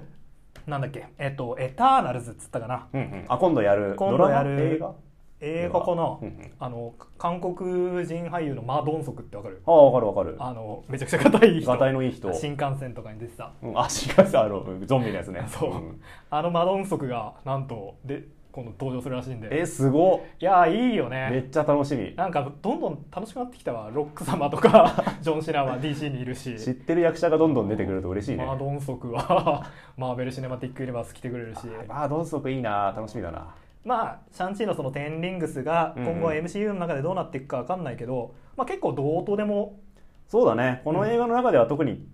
なんだっけえっと「エターナルズ」っつったかな
うん、うん、あ今度やる
今
ド
度
ラ
や
マ
る
映画あ
映画かな、
うんうん
あの韓国人俳優のマ・ドンソクってわかる
あわかるわかる
あのめちゃくちゃ硬い人
がたいのいい人
新幹線とかに出てた
うん、あ、違うさ、あの、ゾンビのやつね。
そう、
ん
あのマドンソクがなんとで今度登場するらしいんで
え、すごっ。
いやーいいよ
め
ね
っちゃ楽しみ。
なんかどんどん楽しくなってきたわロック様 とかジョン・シナは DC にいるし
知ってる役者がどんどん出てくると嬉しいね。
マドンソクは マーベル・シネマティック・ユニバース来てくれるし
まあ、ドンソクいいな、楽しみだな。
まあシャンチーのそのテンリングスが今後
うんうん
MCU の中でどうなっていくかわかんないけど、まあ、結構どうとでも
そうだね、この映画の中では特に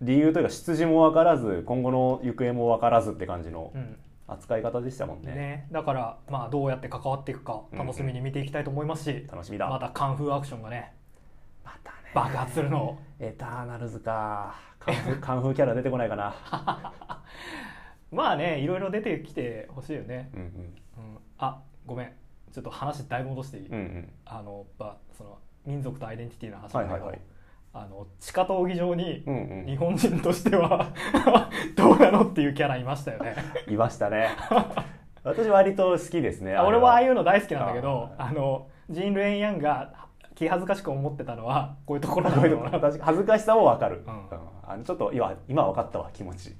理由というか、出自も分からず、今後の行方も分からずって感じの
うん
扱い方でしたもん
ね
ね。
だからまあどうやって関わっていくか楽しみに見ていきたいと思いますし、
楽しみだ。
またカンフーアクションがね
またね。
爆発するのを
エターナルズか。カンフー、カンフーキャラ出てこないかな。
まあねいろいろ出てきてほしいよね、
うんうん。
うん、あごめんちょっと話だいぶ戻していい、
うんうん。
あのばその民族とアイデンティティの話なんだけど、
はいはいはい
あの地下闘技場に
うんう
日
ん。
本人としては どうなのっていうキャラいましたよね
いました ね。私割と好きですね。。
あ俺はああいううの大好きなんだけど
あ
あのジーン・ルエン・ヤンが気恥ずかしく思ってたの はこういうところなん
こう
だ
いう の
ろうな
私恥ずかしさも分かる、
うん
うんあのちょっと今今分かったわ気持 ち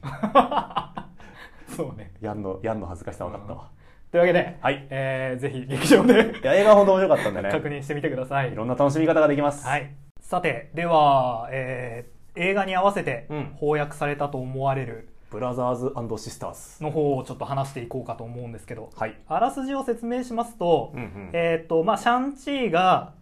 そうね
やんのやんの恥ずかしさ分かったわ、
というわけで、
はい
えーぜひ劇場で
いや映画ほど面白かったんでね
確認してみてください
いろんな楽しみ方ができます、
はい、さてでは、えー映画に合わせて
うん
翻訳されたと思われる
ブラザーズシスターズ
の方をちょっと話していこうかと思うんですけど
はい、
あらすじを説明しますと,、
うんうん
えーとまあ、シャンチーが、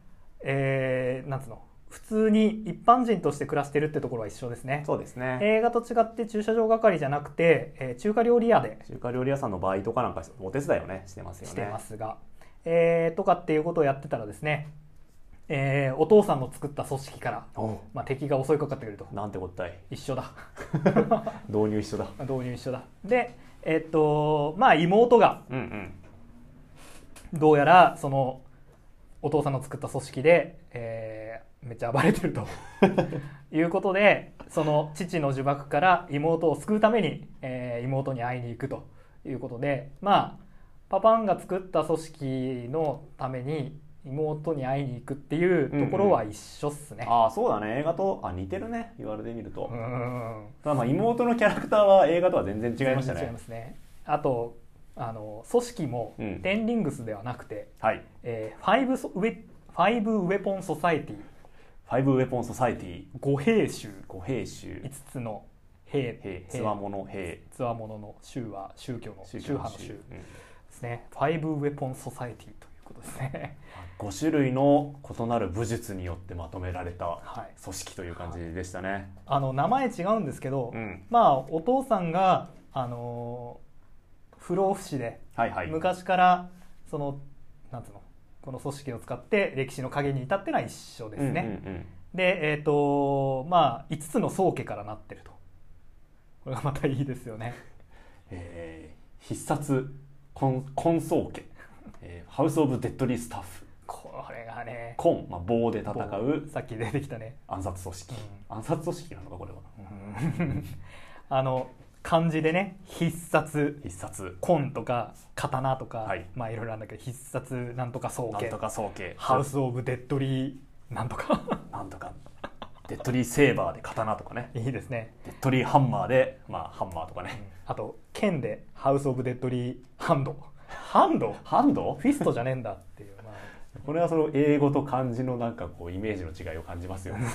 えーなんつうの普通に一般人として暮らしてるってところは一緒ですね
そうですね、
映画と違って駐車場係じゃなくて、えー中華料理屋で
中華料理屋さんのバイトかなんかお手伝いをねしてますよね
してますが、えーとかっていうことをやってたらですね、えーお父さんの作った組織から、
おう
まあ、敵が襲いかかってくると
なんてこったい
一緒だ
導入一緒だ
導入一緒だでえっとまあ妹が
うんうん
どうやらそのお父さんの作った組織で、えーめっちゃ暴れて るということでその父の呪縛から妹を救うために、えー妹に会いに行くということでまあパパンが作った組織のために妹に会いに行くっていうところは一緒っすね。
ああそうだね映画とあ似てるね言われてみると、
うん
ただまあ妹のキャラクターは映画とは全然違いました
全然違い
ね
ますね。あとあの組織も
うん
テンリングスではなくて、
はい
えーファイブソウェファイブウェポンソサイティ
ファイブウェポンソサイティ
五兵衆
五兵衆
五つの兵
兵
兵
つわもの兵
つわものの衆は宗教の宗派の衆で
うん
すねファイブウェポンソサイティということです ね
5種類の異なる武術によってまとめられた
はい
組織という感じでしたね、
あの名前違うんですけど、
うん
まあお父さんがあのー不老不死で
はいはい
昔からそのなんつうのこの組織を使って歴史の陰に至ってのは一緒ですね、
うんうんうん
でえっ、とまあ5つの宗家からなってるとこれがまたいいで すよね
えー必殺コンコンソー家、えーハウス・オブ・デッドリー・スタッフ
これがね
コン、まあ、棒で戦う
さっき出てきたね、
暗殺組織、
う
暗殺組織なのかこれは
あの漢字でね必殺
必殺
紺とか刀とか、
はい
まあいろいろあるんだけど必殺なんとか総
なん
計
とか総計
ハウス・オブ・デッドリーなんとか
なんとかデッドリーセーバーで刀とかね
いいですね、
デッドリーハンマーでまあハンマーとか
うん
ね
あと剣でハウス・オブ・デッドリーハンドハンド
ハンド
フィストじゃねえんだっていう、まあ、
これはその英語と漢字のなんかこうイメージの違いを感じます よね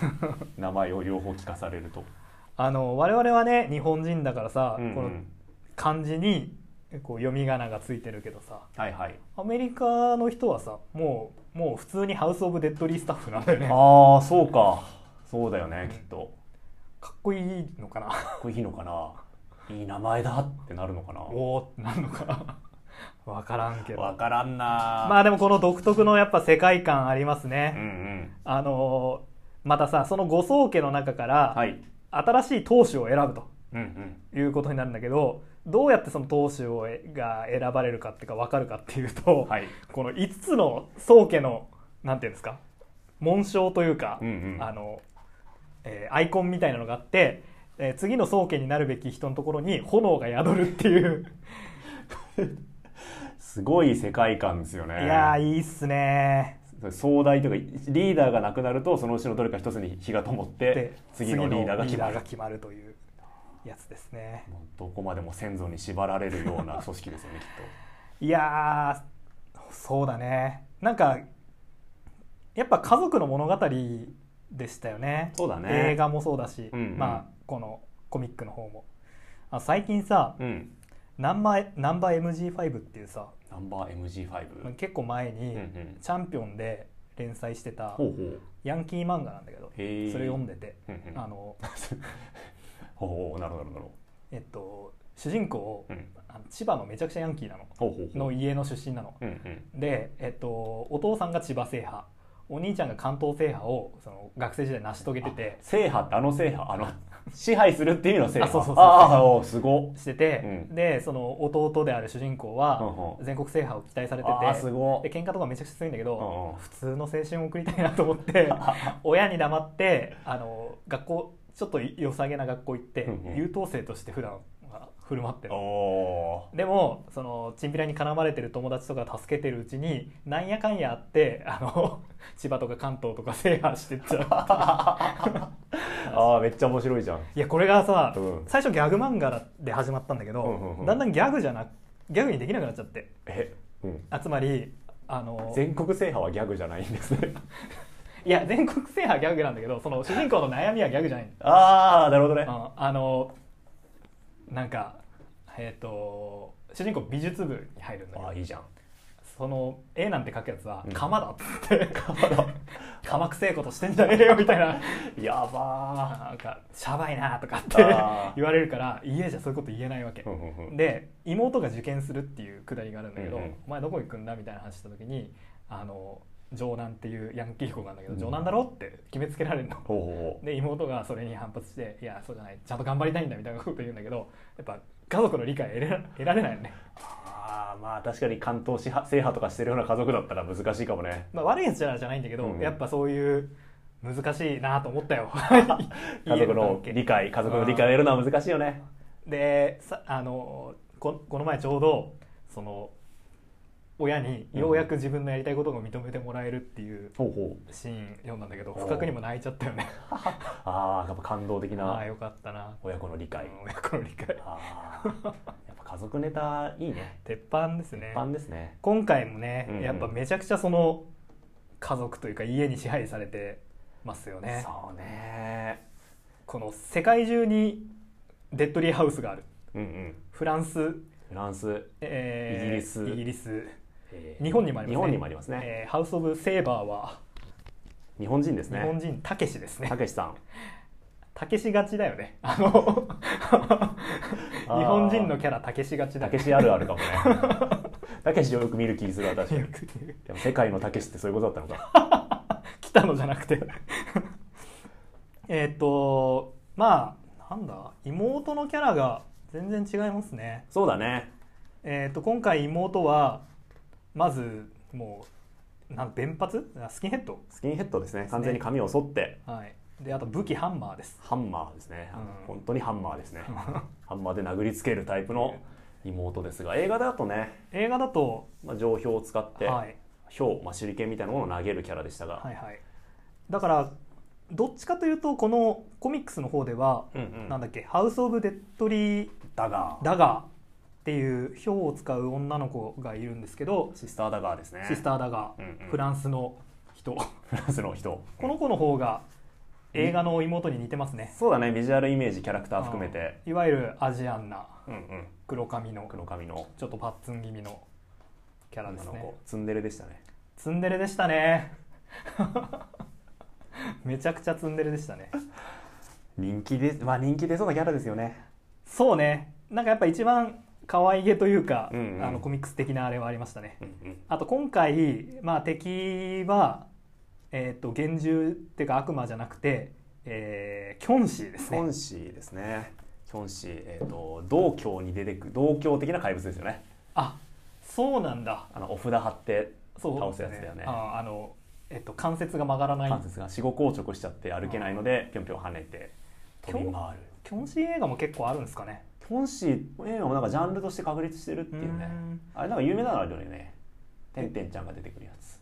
名前を両方聞かされると、
あの我々はね日本人だからさ、
うんうん
この漢字にこう読み仮名がついてるけどさ
はいはい
アメリカの人はさもうもう普通にハウス・オブ・デッドリースタッフなんだよね
ああそうかそうだよねきっと
かっこいいのかな
かっこいいのかないい名前だってなるのかな
おおってなるのかな わからんけど
わからんな
まあでもこの独特のやっぱ世界観あります
うんう
ね、
ん
あのーまたさその五宗家の中から
はい
新しい当主を選ぶと
うんうん
いうことになるんだけどどうやってその当主をえが選ばれるかっていうか分かるかっていうと、
はい
この5つの宗家のなんていうんですか紋章というか、
うんうん
あのえーアイコンみたいなのがあって、えー次の宗家になるべき人のところに炎が宿るっていう、
すごい世界観ですよね
いやーいいっすね
壮大というかリーダーがなくなるとそのうちのどれか一つに火が灯って
で
次のリーダーが
次
決
の
ま
リーダーが
る
決まるというやつですね
もうどこまでも先祖に縛られるような組織ですよねきっ
いやーそうだねなんかやっぱ家族の物語でしたよね
そうだね
映画もそうだし、
うんうん
まあこのコミックの方もあ最近さ
とうん
ナンバーナンバー MG5 っていうさ
ナンバー MG5
結構前
うん
に
うん
チャンピオンで連載してた
ほうほう
ヤンキー漫画なんだけどそ
へ
れ
え
読んでて
うんうん
あの
ほうほうなるほどなるほ
えっと主人公
どうん
あの千葉のめちゃくちゃヤンキーなの
ほうほうほう
の家の出身なの
うんうん
で、えっと、お父さんが千葉制覇お兄ちゃんが関東制覇をその学生時代成し遂げてて
制覇ってあの制覇あの支配するっていう意味の制覇
あそうそうそう
ああおーすごっ
してて、
うん
でその弟である主人公は全国制覇を期待されて
ああす
て。
ごっ
で喧嘩とかめちゃくちゃ強いんだけ
うんう
ど
ん
普通の青春を送りたいなと思って 親に黙ってあの学校ちょっと良さげな学校行って
うんうん
優等生として普段は振る舞ってる
おお
でもそのチンピラに絡まれてる友達とか助けてるうちになんやかんやあってあの 千葉とか関東とか制覇してっち ゃう
ああめっちゃ面白いじゃん
いやこれがさ、
うん
最初ギャグ漫画で始まったんだけど、
うんうんうん
だんだんギャグじゃなギャグにできなくなっちゃって
え、うん、
あつまりあの
全国制覇はギャグじゃないんですね
いや全国制覇はギャグなんだけどその主人公の悩みはギャグじゃない
ああなるほどね
うん あのなんかえっ、と主人公美術部に入るんだけ
あ
ど
あいいじゃん
その絵なんて描くやつは
うん
「鎌だ」っつって「鎌だ」「 鎌くせえことしてんじゃねえよ」みたいな
やば
なんか「しゃばいな」とかって
あー
言われるから家じゃそういうこと言えないわけ
ーう、んうんうん
で妹が受験するっていうくだりがあるんだけど「
うんうん
お前どこ行くんだ?」みたいな話した時にあの城南っていうヤンキー子があるんだけど「城南だろ?」って決めつけられるの。
ほうほうほ
で妹がそれに反発して「いやそうじゃないちゃんと頑張りたいんだ」みたいなこと言うんだけどやっぱ家族の理解得ら得られないよね、
うああまあ確かに関東支派制覇とかしてるような家族だったら難しいかもね
まあ、悪いやつじゃじゃないんだけど、
うん
やっぱそういう難しいなと思っ たよ
家族の
家関係
理解家族の理解を得るのは難しいよね
でさあのここの前ちょうどその親にようやく自分のやりたいことが認めてもらえるっていう
ほうほう
シーン読んだんだけど
お
不覚にも泣いちゃったよね
ああやっぱ感動的
ああ
な
よかったな
親子の理解
うん親子の理解
ああやっぱ家族ネタいいね
鉄板ですね
一般ですね
今回もね、
うんうん
やっぱめちゃくちゃその家族というか家に支配されてますよね
そうね
この世界中にデッドリーハウスがある
うんうん
フランス、
フランス
えー
イギリス
イギリス
えー
日本にもあります
日
ね
本にもありますね、
えーハウス・オブ・セーバーは
日本人です
日本
ね
人たけしですね
たけしさ ん
たけしがちだよね あの日本人のキャラたけしがち
た
だよ
け
ね
しあるある かもねたけしをよく見る気する私で
よく言う
も世界のたけしってそういうことだったのか
来たのじゃなくて えーっとまあなんだ妹のキャラが全然違いますね
そうだね
えー、と今回妹はまずもうなん弁髪あスキンヘッド、
スキンヘッドですね完全に髪を剃って
はい、であと武器ハンマーです
ハンマーですね、あの
うん
本当にハンマーです ねハンマーで殴りつけるタイプの妹ですが映画だとね、
映画だと、
まあ、上標を使って、
はい、
ひょう、まあ、手裏剣みたいなものを投げるキャラでしたが、
はいはいだからどっちかというとこのコミックスの方では、
うんうん
なんだっけハウス・オブ・デッドリー・
ダガー
ダガーっていうヒョウを使う女の子がいるんですけど、
シスターダガーですね
シスター・ダガー、
うんうん
フランスの人
フランスの人
この子の方が映画の妹に似てますね、
そうだねビジュアルイメージキャラクター含めて
いわゆるアジアンな
うんうん
黒髪の
黒髪の
ちょっとパッツン気味のキャラで
女
す
の
ね
子ツンデレでしたね
ツンデレでしたね めちゃくちゃツンデレでしたね
人気でまあ人気出そうなキャラですよね
そうねなんかやっぱ一番可愛げというか、
うんうん
あのコミックス的なあれはありましたね
うんうん
あと今回、まあ、敵は、えー、と幻獣っていうか悪魔じゃなくて、えーキョンシーです
キョ
ね
ンシーですねキョンシーえっ、と道教に出てく道教的な怪物ですよね
あそうなんだ
あのお札貼って
そう
倒すやつだよね
ああの、えっと関節が曲がらない
関節が死後硬直しちゃって歩けないのでぴょんぴょん跳ねて飛び回る
キョンシー映画も結構あるんですかね
キョンシー映画もなんかジャンルとして確立してるっていうね
うん
あれなんか有名なのあるよねてんてんちゃんが出てくるやつ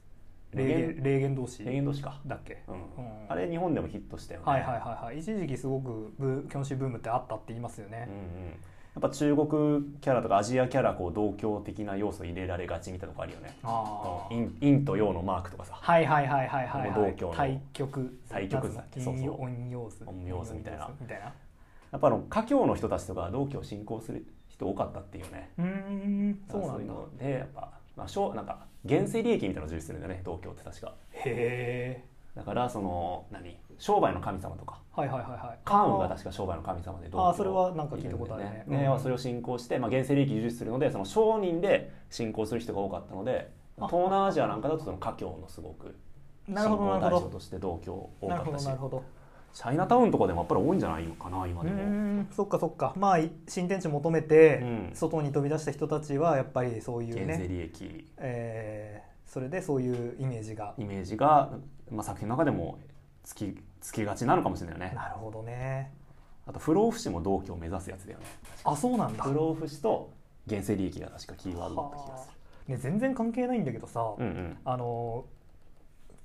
霊言霊言同士
霊言同士か
だっけ、
うん
うん
あれ日本でもヒットしたよね
はいはいはいはい一時期すごくブキョンシーブームってあったって言いますよね、
うんうんやっぱ中国キャラとかアジアキャラこう同郷的な要素入れられがちみたいなとこあるよね
ああ
陰陰と陽のマークとかさ
はいはいはいはいはい、
こ
は
の
い
同居の、
対極
対極図
なんつう
そう
の陰
そう
陰陽図
陰陽図みたいな
みたいな
やっぱあの華僑の人たちとか同郷を信仰する人多かったっていうね
うーんそうなんだ
いのでやっぱ、まあ、しょうなんか減税利益みたいなのを重視するんだよね同郷って確か
へえ
だからその何商売の神様とか
はいはいはいはい
カーンが確か商売の神様で同
あーそれはなんか聞いたことあるね
ね
うん
それを信仰して、まあ、原生利益を重視するのでその商人で信仰する人が多かったので
あ
東南アジアなんかだとその華僑のすごく信
なるほどな
仰
る
対
ほ
象
ど
として同郷多
なる
かっ
ほ
た
ど
し
なるほど
チャイナタウンとかでもやっぱり多いんじゃないかな
う
今でも。
ーんそっかそっかまあい新天地求め
う
て
ん
外に飛び出した人たちはやっぱりそういう
減税
ね
利益
えーそれでそういうイメージが
イメージが、まあ、作品の中でもつきつきがちなのかもしれないよね
なるほどね
あと不老不死も同居を目指すやつだよね
あそうなんだ
不老不死と原生利益が確かキーワードだった気がす
ね全然関係ないんだけどさ
るうんうん
あの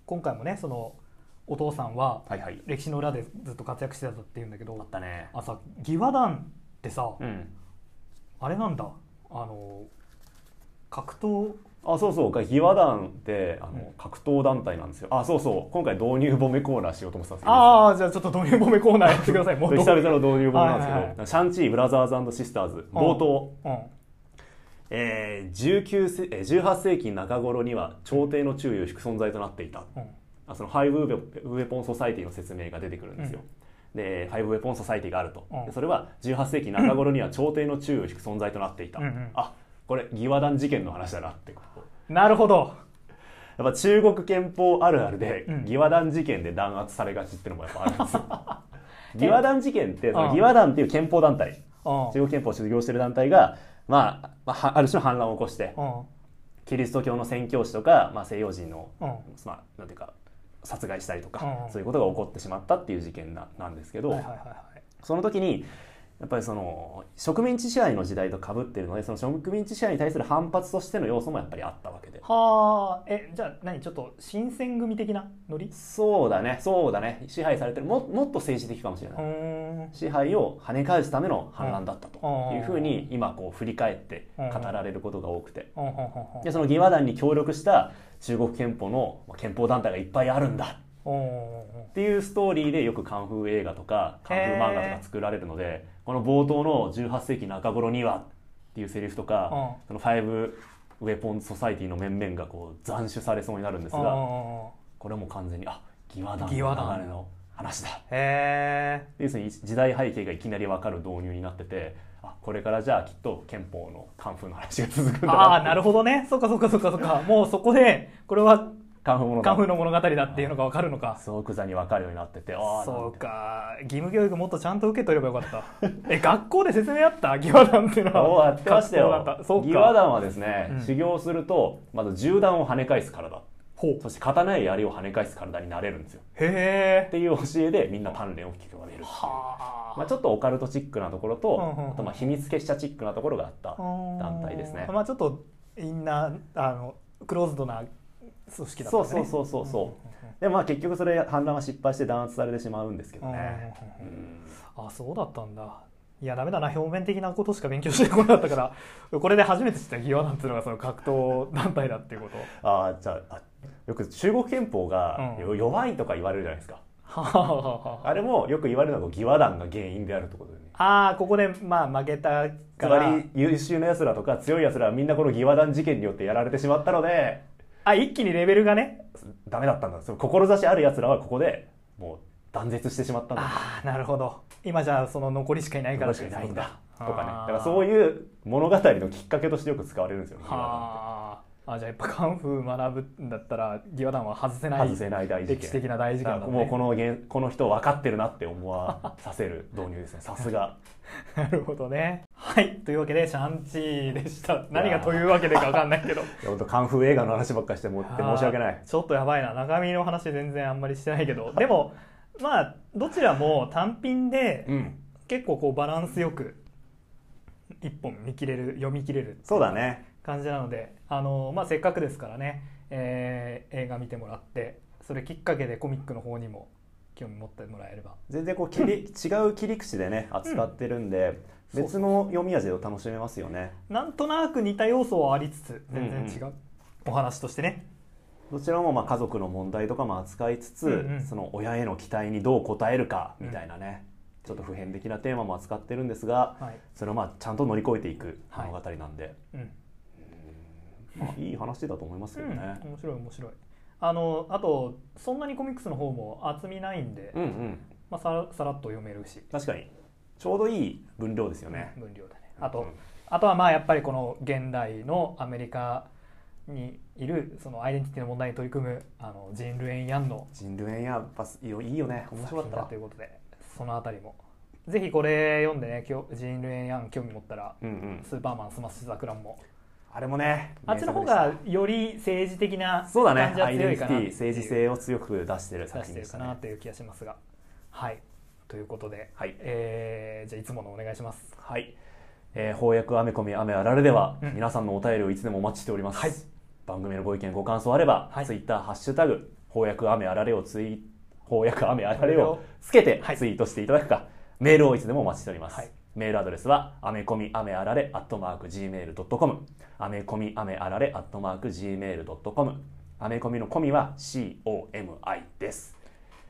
今回もねそのお父さんは
はいはい
歴史の裏でずっと活躍してたっていうんだけ
あ
ど
ったね
あさ義和団ってさ、
うん
あれなんだあの格闘
あそうそう義和団ってあの、
うん
格闘団体なんですよあそうそう今回導入ボメコーナーしようと思ってたんですけど
ああじゃあちょっと導入褒めコーナーやってくだ さいもう
久々の導入ボメなんですけど、
はいはいは
シャンチーブラザーズシスターズ冒頭、
うん
えー19世えー18世紀中頃には朝廷の注意を引く存在となっていた
うん
あそのハイブウェウェポンソサイティの説明が出てくるんですよ、でハイブウェポンソサイティがあると、
うん
でそれは18世紀中頃には朝廷の注意を引く存在となっていた、
うんうん
あこれ義和団事件の話だなってこと
なるほど
やっぱ中国憲法あるあるで、
うん
義和団事件で弾圧されがちっていうのもやっぱあるんです よ
え
義和団事件ってその
うん
義和団っていう憲法団体
う
中
ん
国憲法を卒業してる団体が、まあまあは、ある種の反乱を起こして
うん
キリスト教の宣教師とか、まあ、西洋人の、
うん
まあ、なんていうか殺害したりと
うん
か、
うん
そういうことが起こってしまったっていう事件ななんですけど、
はいはいはいはい
その時にやっぱりその植民地支配の時代とかぶってるのでその植民地支配に対する反発としての要素もやっぱりあったわけで
はあえじゃあ何ちょっと新選組的なノリ
そうだねそうだね支配されてるももっと政治的かもしれ
う
ない、
ーん
支配を跳ね返すための反乱だったというふうに今こう振り返って語られることが多くて、
うんうんうん
でその義和団に協力した中国憲法のまあ憲法団体がいっぱいあるんだ
うんうんうん
っていうストーリーでよくカンフー映画とかカンフー漫画とか作られるのでこの冒頭の18世紀中頃にはっていうセリフとか、
うん
そのファイブウェポンソサイティの面々がこう斬首されそうになるんです
うん
が
うんうん
これも完全にあ義和団
義和団
の流れの話だ
へえ
要するに時代背景がいきなり分かる導入になっててあこれからじゃあきっと憲法のカンフーの話が続くんだ
ああな
る
るほどねそっかそっかそっかそっかもうそこでこれは
カンフーもの
カンフー
の
の物語だっていうのがわかるのか
即座に分かるようになっててああ
そうか義務教育もっとちゃんと受けとればよかったえ学校で説明あった 義和団っていうのは
そうやってましたよ
学校だったそうか
義和団はですね、
うん
修行するとまず銃弾を跳ね返す体
ほほう
そして刀や槍を跳ね返す体になれるんですよ
へ
っ
え
ていう教えでみんな鍛錬を聞くわれるっていう
はあ、
まあ、ちょっとオカルトチックなところと、
うんうんうん
あとまあ秘密結社チックなところがあった、
団
団体ですね
まあちょっとみんなあのクローズドな組織だったんですね。
そうそうそうそうそうん
んん
でまあ結局それ反乱は失敗して弾圧されてしまうんですけどね、
うん
うん
あそうだったんだ。いやダメだな表面的なことしか勉強してこなかったから これで初めて知ったギワなんていうのがその格闘団体だっていうこと。
ああじゃああよく中国憲法が
うん
よ弱いとか言われるじゃないですか、
はあはあはあ
あれもよく言われるのが義和団が原因であるってことでね
あーここでまあ負けた
つ
か
ま
ら
り優秀な奴らとか強い奴らはみんなこの義和団事件によってやられてしまったので
あ一気にレベルがね
ダメだったんだその志ある奴らはここでもう断絶してしまったんだ
ああなるほど今じゃあその残りしかいないから
しかいないんだとかねだ
あー
からそういう物語のきっかけとしてよく使われるんですよ
はああじゃあやっぱカンフー学ぶんだったらギワ団は外せない
外せない大事
歴史的
件
な大事
だか
件
ら
だ
もうこ
ね。
のげこの人分かってるなって思わさせる導入 ですねさすが
なるほどね。はい。というわけで、シャンチーでした。何がというわけでかわかんな いけど。
いや本当カンフー映画の話ばっかりしてもうって申し訳な
あ
い
ーちょっとやばいな。中身の話全然あんまりしてな いけど。でも、まあ、どちらも単品で
うん
結構こうバランスよく一本見切れる、読み切れる
そうだね
感じなので、あのまあ、せっかくですからね、えー映画見てもらって、それきっかけでコミックの方にも興味持ってもらえれば。
全然こう切り違う切り口でね扱ってるんで、
うん
別の読み味を楽しめますよね
なんとなく似た要素はありつつ、全然違う、お話としてね。
どちらもまあ家族の問題とかも扱いつつ、
うんうん
その親への期待にどう応えるかみたいなね、ちょっと普遍的なテーマも扱ってるんですが
はい。
それをまあちゃんと乗り越えていく物語なんで、
うん。
まあ、いい話だと思いますけどね。
面白い面白い。あのあとそんなにコミックスの方も厚みないんで、
うんうん
まあさらさらっと読めるし、
確かにちょうどいい分量ですよね。
分量だね。あと、
うん
あとはまあやっぱりこの現代のアメリカにいるそのアイデンティティの問題に取り組むあのジン・ルエン・ヤンの
ジンルエンやっぱいいよね面白かっ
作品
た
だ
わ
ということで、そのあたりもぜひこれ読んでね、きょジン・ルエン・ヤン興味持ったら。
うんうん、
スーパーマンスマッシュザクランも
あれもね
あっちの方
名作
が
でし
より政治的な
たそうだね
感じ
ア
は
イデ
強
ン
い
テ
か
ィ
な
テ
っていう
ィ政治性を強く出してる
出
作
し
品
て
で
る
した
かな
ね
という気がしますがはいということで、
はい
えーじゃあいつものお願いします
はい、えー、翻訳アメコミ雨あられでは、
うん
皆さんのお便りをいつでもお待ちしております、
はい
番組のご意見ご感想あれば、
はい
ツイッターハッシュタグ翻訳雨あられをツイ翻訳雨あられ
あら
を
れを
つけて
はい
ツイートしていただくか、メールをいつでもお待ちしております、
はい
メールアドレスはアメコミ雨あられアットマーク Gmail.com アメコミ雨あられアットマーク Gmail.com アメコミのコミは COMI です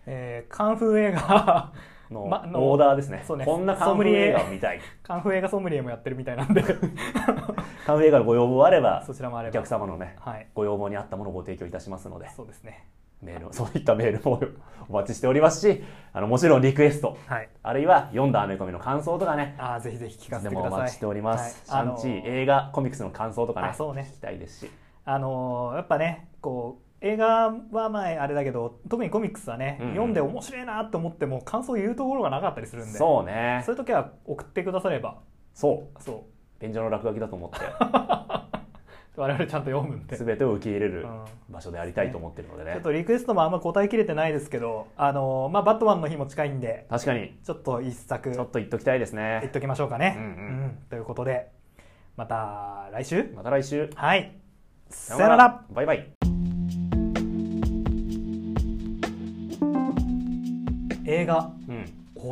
えーカンフー映画
の、
まの
オーダーですね
そうね
こんなカンフー映画を見たい
カンフー映画ソムリエもやってるみたいなんで
カンフー映画のご要望あれば
そちらもあれ
お
ば
客様のね
はい
ご要望に合ったものをご提供いたしますので、
そうですね
メールを、 そういったメールもお待ちしておりますし、あの、もちろんリクエスト、
はい
あるいは読んだアメコミの感想とかね、
あーぜひぜひ聞か
いつ
せ
で
て
も
くだ
お
さい
待ちしております。シ
はいあ
ャ
の
ン
ー
チー、映画、コミックスの感想とかね、
あそうね
聞きたいですし、
あのーやっぱねこう映画は前あれだけど特にコミックスはね、
うんうん
読んで面白いなと思っても感想言うところがなかったりするんで
そうね
そ。ういう時は送ってくだされば
そ。
そう
便所の落書きだと思っ
う我々ちゃんと読むん
て、
で
すべてを受け入れる
うん
場所でありたいと思ってるので
ちょ
ね
っ。とリクエストもあんま答えきれてないですけど、あのまあ、バットマンの日も近いんで、
確かに、
ちょっと一作
ち
い
ょっと言っときたいです
っ
ね。
ときましょうかね。
うんうん
うんということで、また来週
また来週。
はい。さよなら。
バイバイ。
映画、
うん。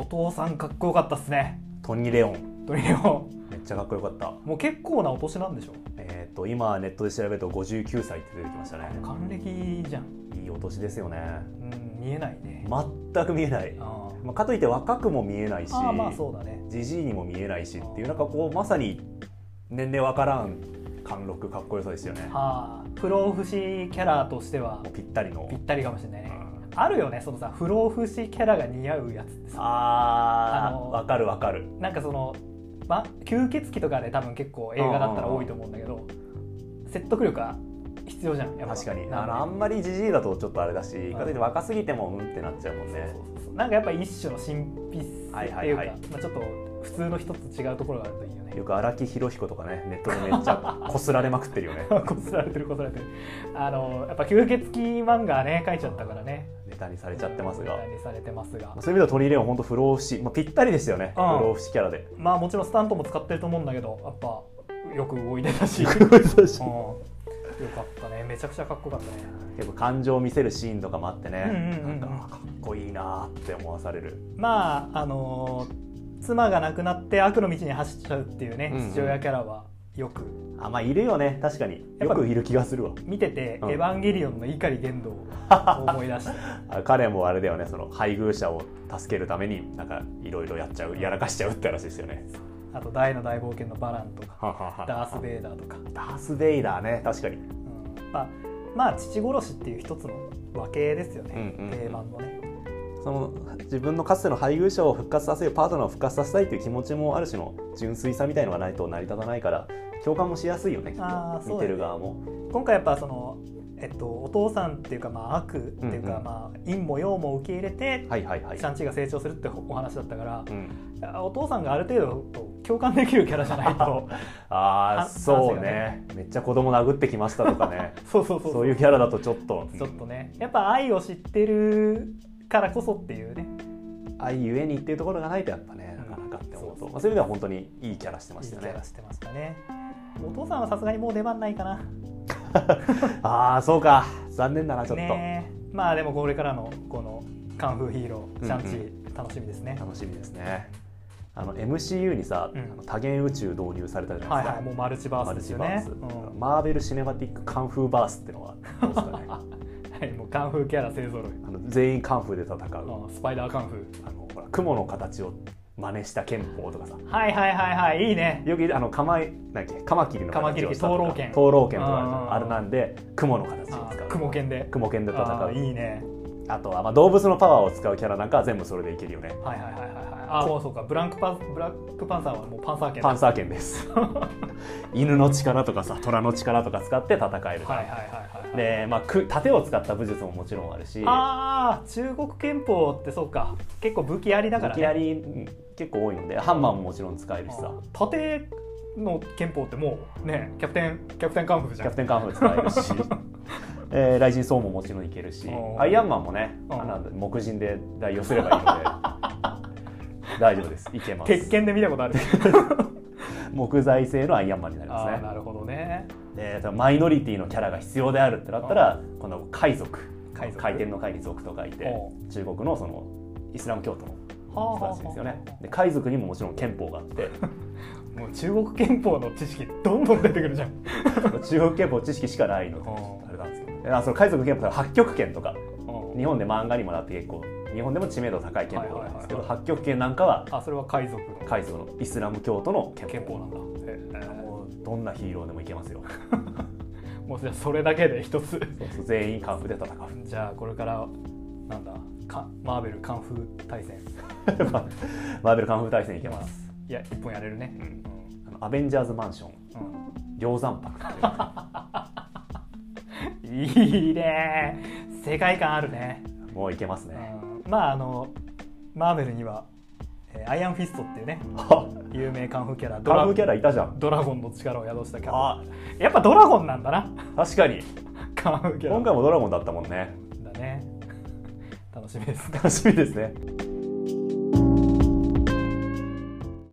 後藤さんかっこよかったっすね。
トニー・レオン。
トニーも、
めっちゃかっこよかった。
もう結構なお年なんでしょ
えっと、今ネットで調べると59歳って出てきましたね。
還暦じゃん。
いいお年ですよね。
うん、見えないね。
全く見えない、
あー
まあ、かといって若くも見えないし
あー、まあそうだね。
じじいにも見えないしっていうなんかこうまさに年齢わからん貫禄かっこよさですよね
ああ、不老不死キャラとしては
もうぴったりの
ぴったりかもしれないね
うん。
あるよね、そのさ、不老不死キャラが似合うやつってさ。
あ
あ
ー
の
わかるわかる
なんかその、ま、吸血鬼とかで多分結構映画だったら多いと思うんだけど説得力が必要じゃんやっぱ
確かに
な
あ
んか
のあんまりじじいだとちょっとあれだし
ん
かといって若すぎてもうんってなっちゃうもんね
そうそうそうなんかやっぱ一種の神秘性っていうか、
はいはいはい
まあ、ちょっと普通の人と違うところがあるといいよね
よく荒木博彦とか ねネットでめっちゃこすられまくってるよね
こすられてるこすられてるあのやっぱ吸血鬼漫画ね書いちゃったからね
ネタにされちゃってますが
ネタにされてます
そ
が
ういう意味では鳥入れは本当不老不死、まあ、ぴったりでしたよね、
うん
不老不死キャラ で
まあもちろんスタントも使ってると思うんだけどやっぱよく動いてたし、うん、よ
結
かったねめちゃくちゃかっこよかったね
構感情を見せるシーンとかもあってね、
うんうんうんうん
なんかあかっこいいなーって思わされる
まああの妻が亡くなって悪の道に走っちゃうっていうね、
うんうん
父親キャラはよく
あまあいるよね確かに
やっ
よ
ぱ
くいる気がするわ
見てて「
うん
エヴァンゲリオン」の碇玄道を思い出して
あ彼もあれだよねその配偶者を助けるためになんかいろいろやっちゃうやらかしちゃうって話ですよね
あと「大の大冒険」のバランとか
ははは
ダース・ベイダーとか、
ダース・ベイダーね確かに
うんまあ、まあ父殺しっていう一つの和系ですよね、
うんうんうん
定番のね
その自分のかつての配偶者を復活させるパートナーを復活させたいっていう気持ちもある種の純粋さみたいのがないと成り立たないから共感もしやすいよねきっ
あー
と見
そうだ
て
ね
る側も
今回やっぱその、えっと、お父さんっていうか、まあ、悪っていう
うん
か、
うん
まあ、陰も陽も受け入れて、
はいはいはい
シャンチーが成長するってお話だったから
う、ん、
お父さんがある程度共感できるキャラじゃな いと
ああ
あ
そう
男性が
ね
ね
めっちゃ子供殴ってきましたとか ね
そうそうそう
そういうキャラだとちょっと
ちょっとねやっぱ愛を知ってるからこそっていうね
愛ゆえにっていうところがないとやっぱね
う
なんかなかって思う
そ
と、
う
まあ、そういう意味では本当にいいキャラしてま
いい
し
キ
たよね
ャラしてましたねお父さんはさすがにもう出番ないかな
ああそうか残念だなちょっと、
ねえまあでもこれからのこのカンフーヒーロ
うん
ーシャンチー、楽しみですね
楽しみですねあの MCU にさ、
うん
あの多元宇宙導入されたじゃな
はいい
ですか、
はいもうマルチバー
マ
スで
ル
す
チ
よ
バー
ね
ス、
うん
マーベル・シネマティック・カンフーバースっていうのはどうです かね
はい、もうカンフーキャラ勢ぞろい
あの全員カンフーで戦う、あの
うんスパイダーカンフ
ほら雲の形を真似した拳法とかさ
ーはいはいはいはいいいね
よくあのカマイなんだっけカマキリの形をしたと
カマ
か
キリ灯
灯籠剣とかあるじゃ
うん
んあれなんで雲の形を
あ
使う
雲剣で
雲剣で戦
あー
う
いいね
あとは、まあ、動物のパワーを使うキャラなんかは全部それでいけるよね
はいはいはいはいはいあーもうそうかブランクパンブラックパンサーはもうパンサー剣だ
パンサー剣です 犬の力とかさ虎の力とか使って戦える、
はいはいはいはい
で、まあ、く盾を使った武術ももちろんあるし
ああ中国拳法ってそうか結構武器ありだから
いき
ね
なりうん結構多いのでハンマーももちろん使えるしさ
うん盾の拳法ってもうねキャプテンキャプテンカンフーじ
キ
ゃん
ャプテンカンフー使えるし えー雷神ソーももちろんいけるし
うん
アイアンマンもね
うん
あの木人で代用すればいいので大丈夫 ですいけます
鉄拳で見たことある
木材製のアイアンマンになり
あ
ま
あ
すね
なるほどね
でそのマイノリティのキャラが必要であるってなったらこの海賊
海賊
回転の海に族と書いて
う
中国のそのイスラム教徒の
はあ
人
は
た
あは
ち
あ
ですよねで海賊にももちろん憲法があって
もう中国拳法の知識どんどん出てくるじゃん
中国憲法知識しかないのでちょっとあれなんですけどあその海賊憲法は八極拳とか日本で漫画にもなって結構日本でも知名度高い憲法なんですけど、
はいは
八極拳なんかは
あそれは海賊の
海賊のイスラム教徒の憲法
憲法なんだへえ
もうどんなヒーローでもいけますよ
もうじゃあそれだけで一つ
そうそう全員カンフーで戦う
じゃあこれからなんだかマーベルカンフー対戦
ま マーベルカンフー対戦いけます、
いや一本やれるね
うんあのアベンジャーズマンション
うん
梁山泊っていう
いいね世界観あるね、
もういけますね、
うんまああのマーベルには、えーアイアンフィストっていうね
あ
有名カンフーキャラド
カン
ラ
フーキャラいたじゃん
ドラゴンの力を宿したキャラ
あ
やっぱドラゴンなんだな
確かに
カンフーキャラ
今回もドラゴンだったもんね
だね楽しみです
楽しみですね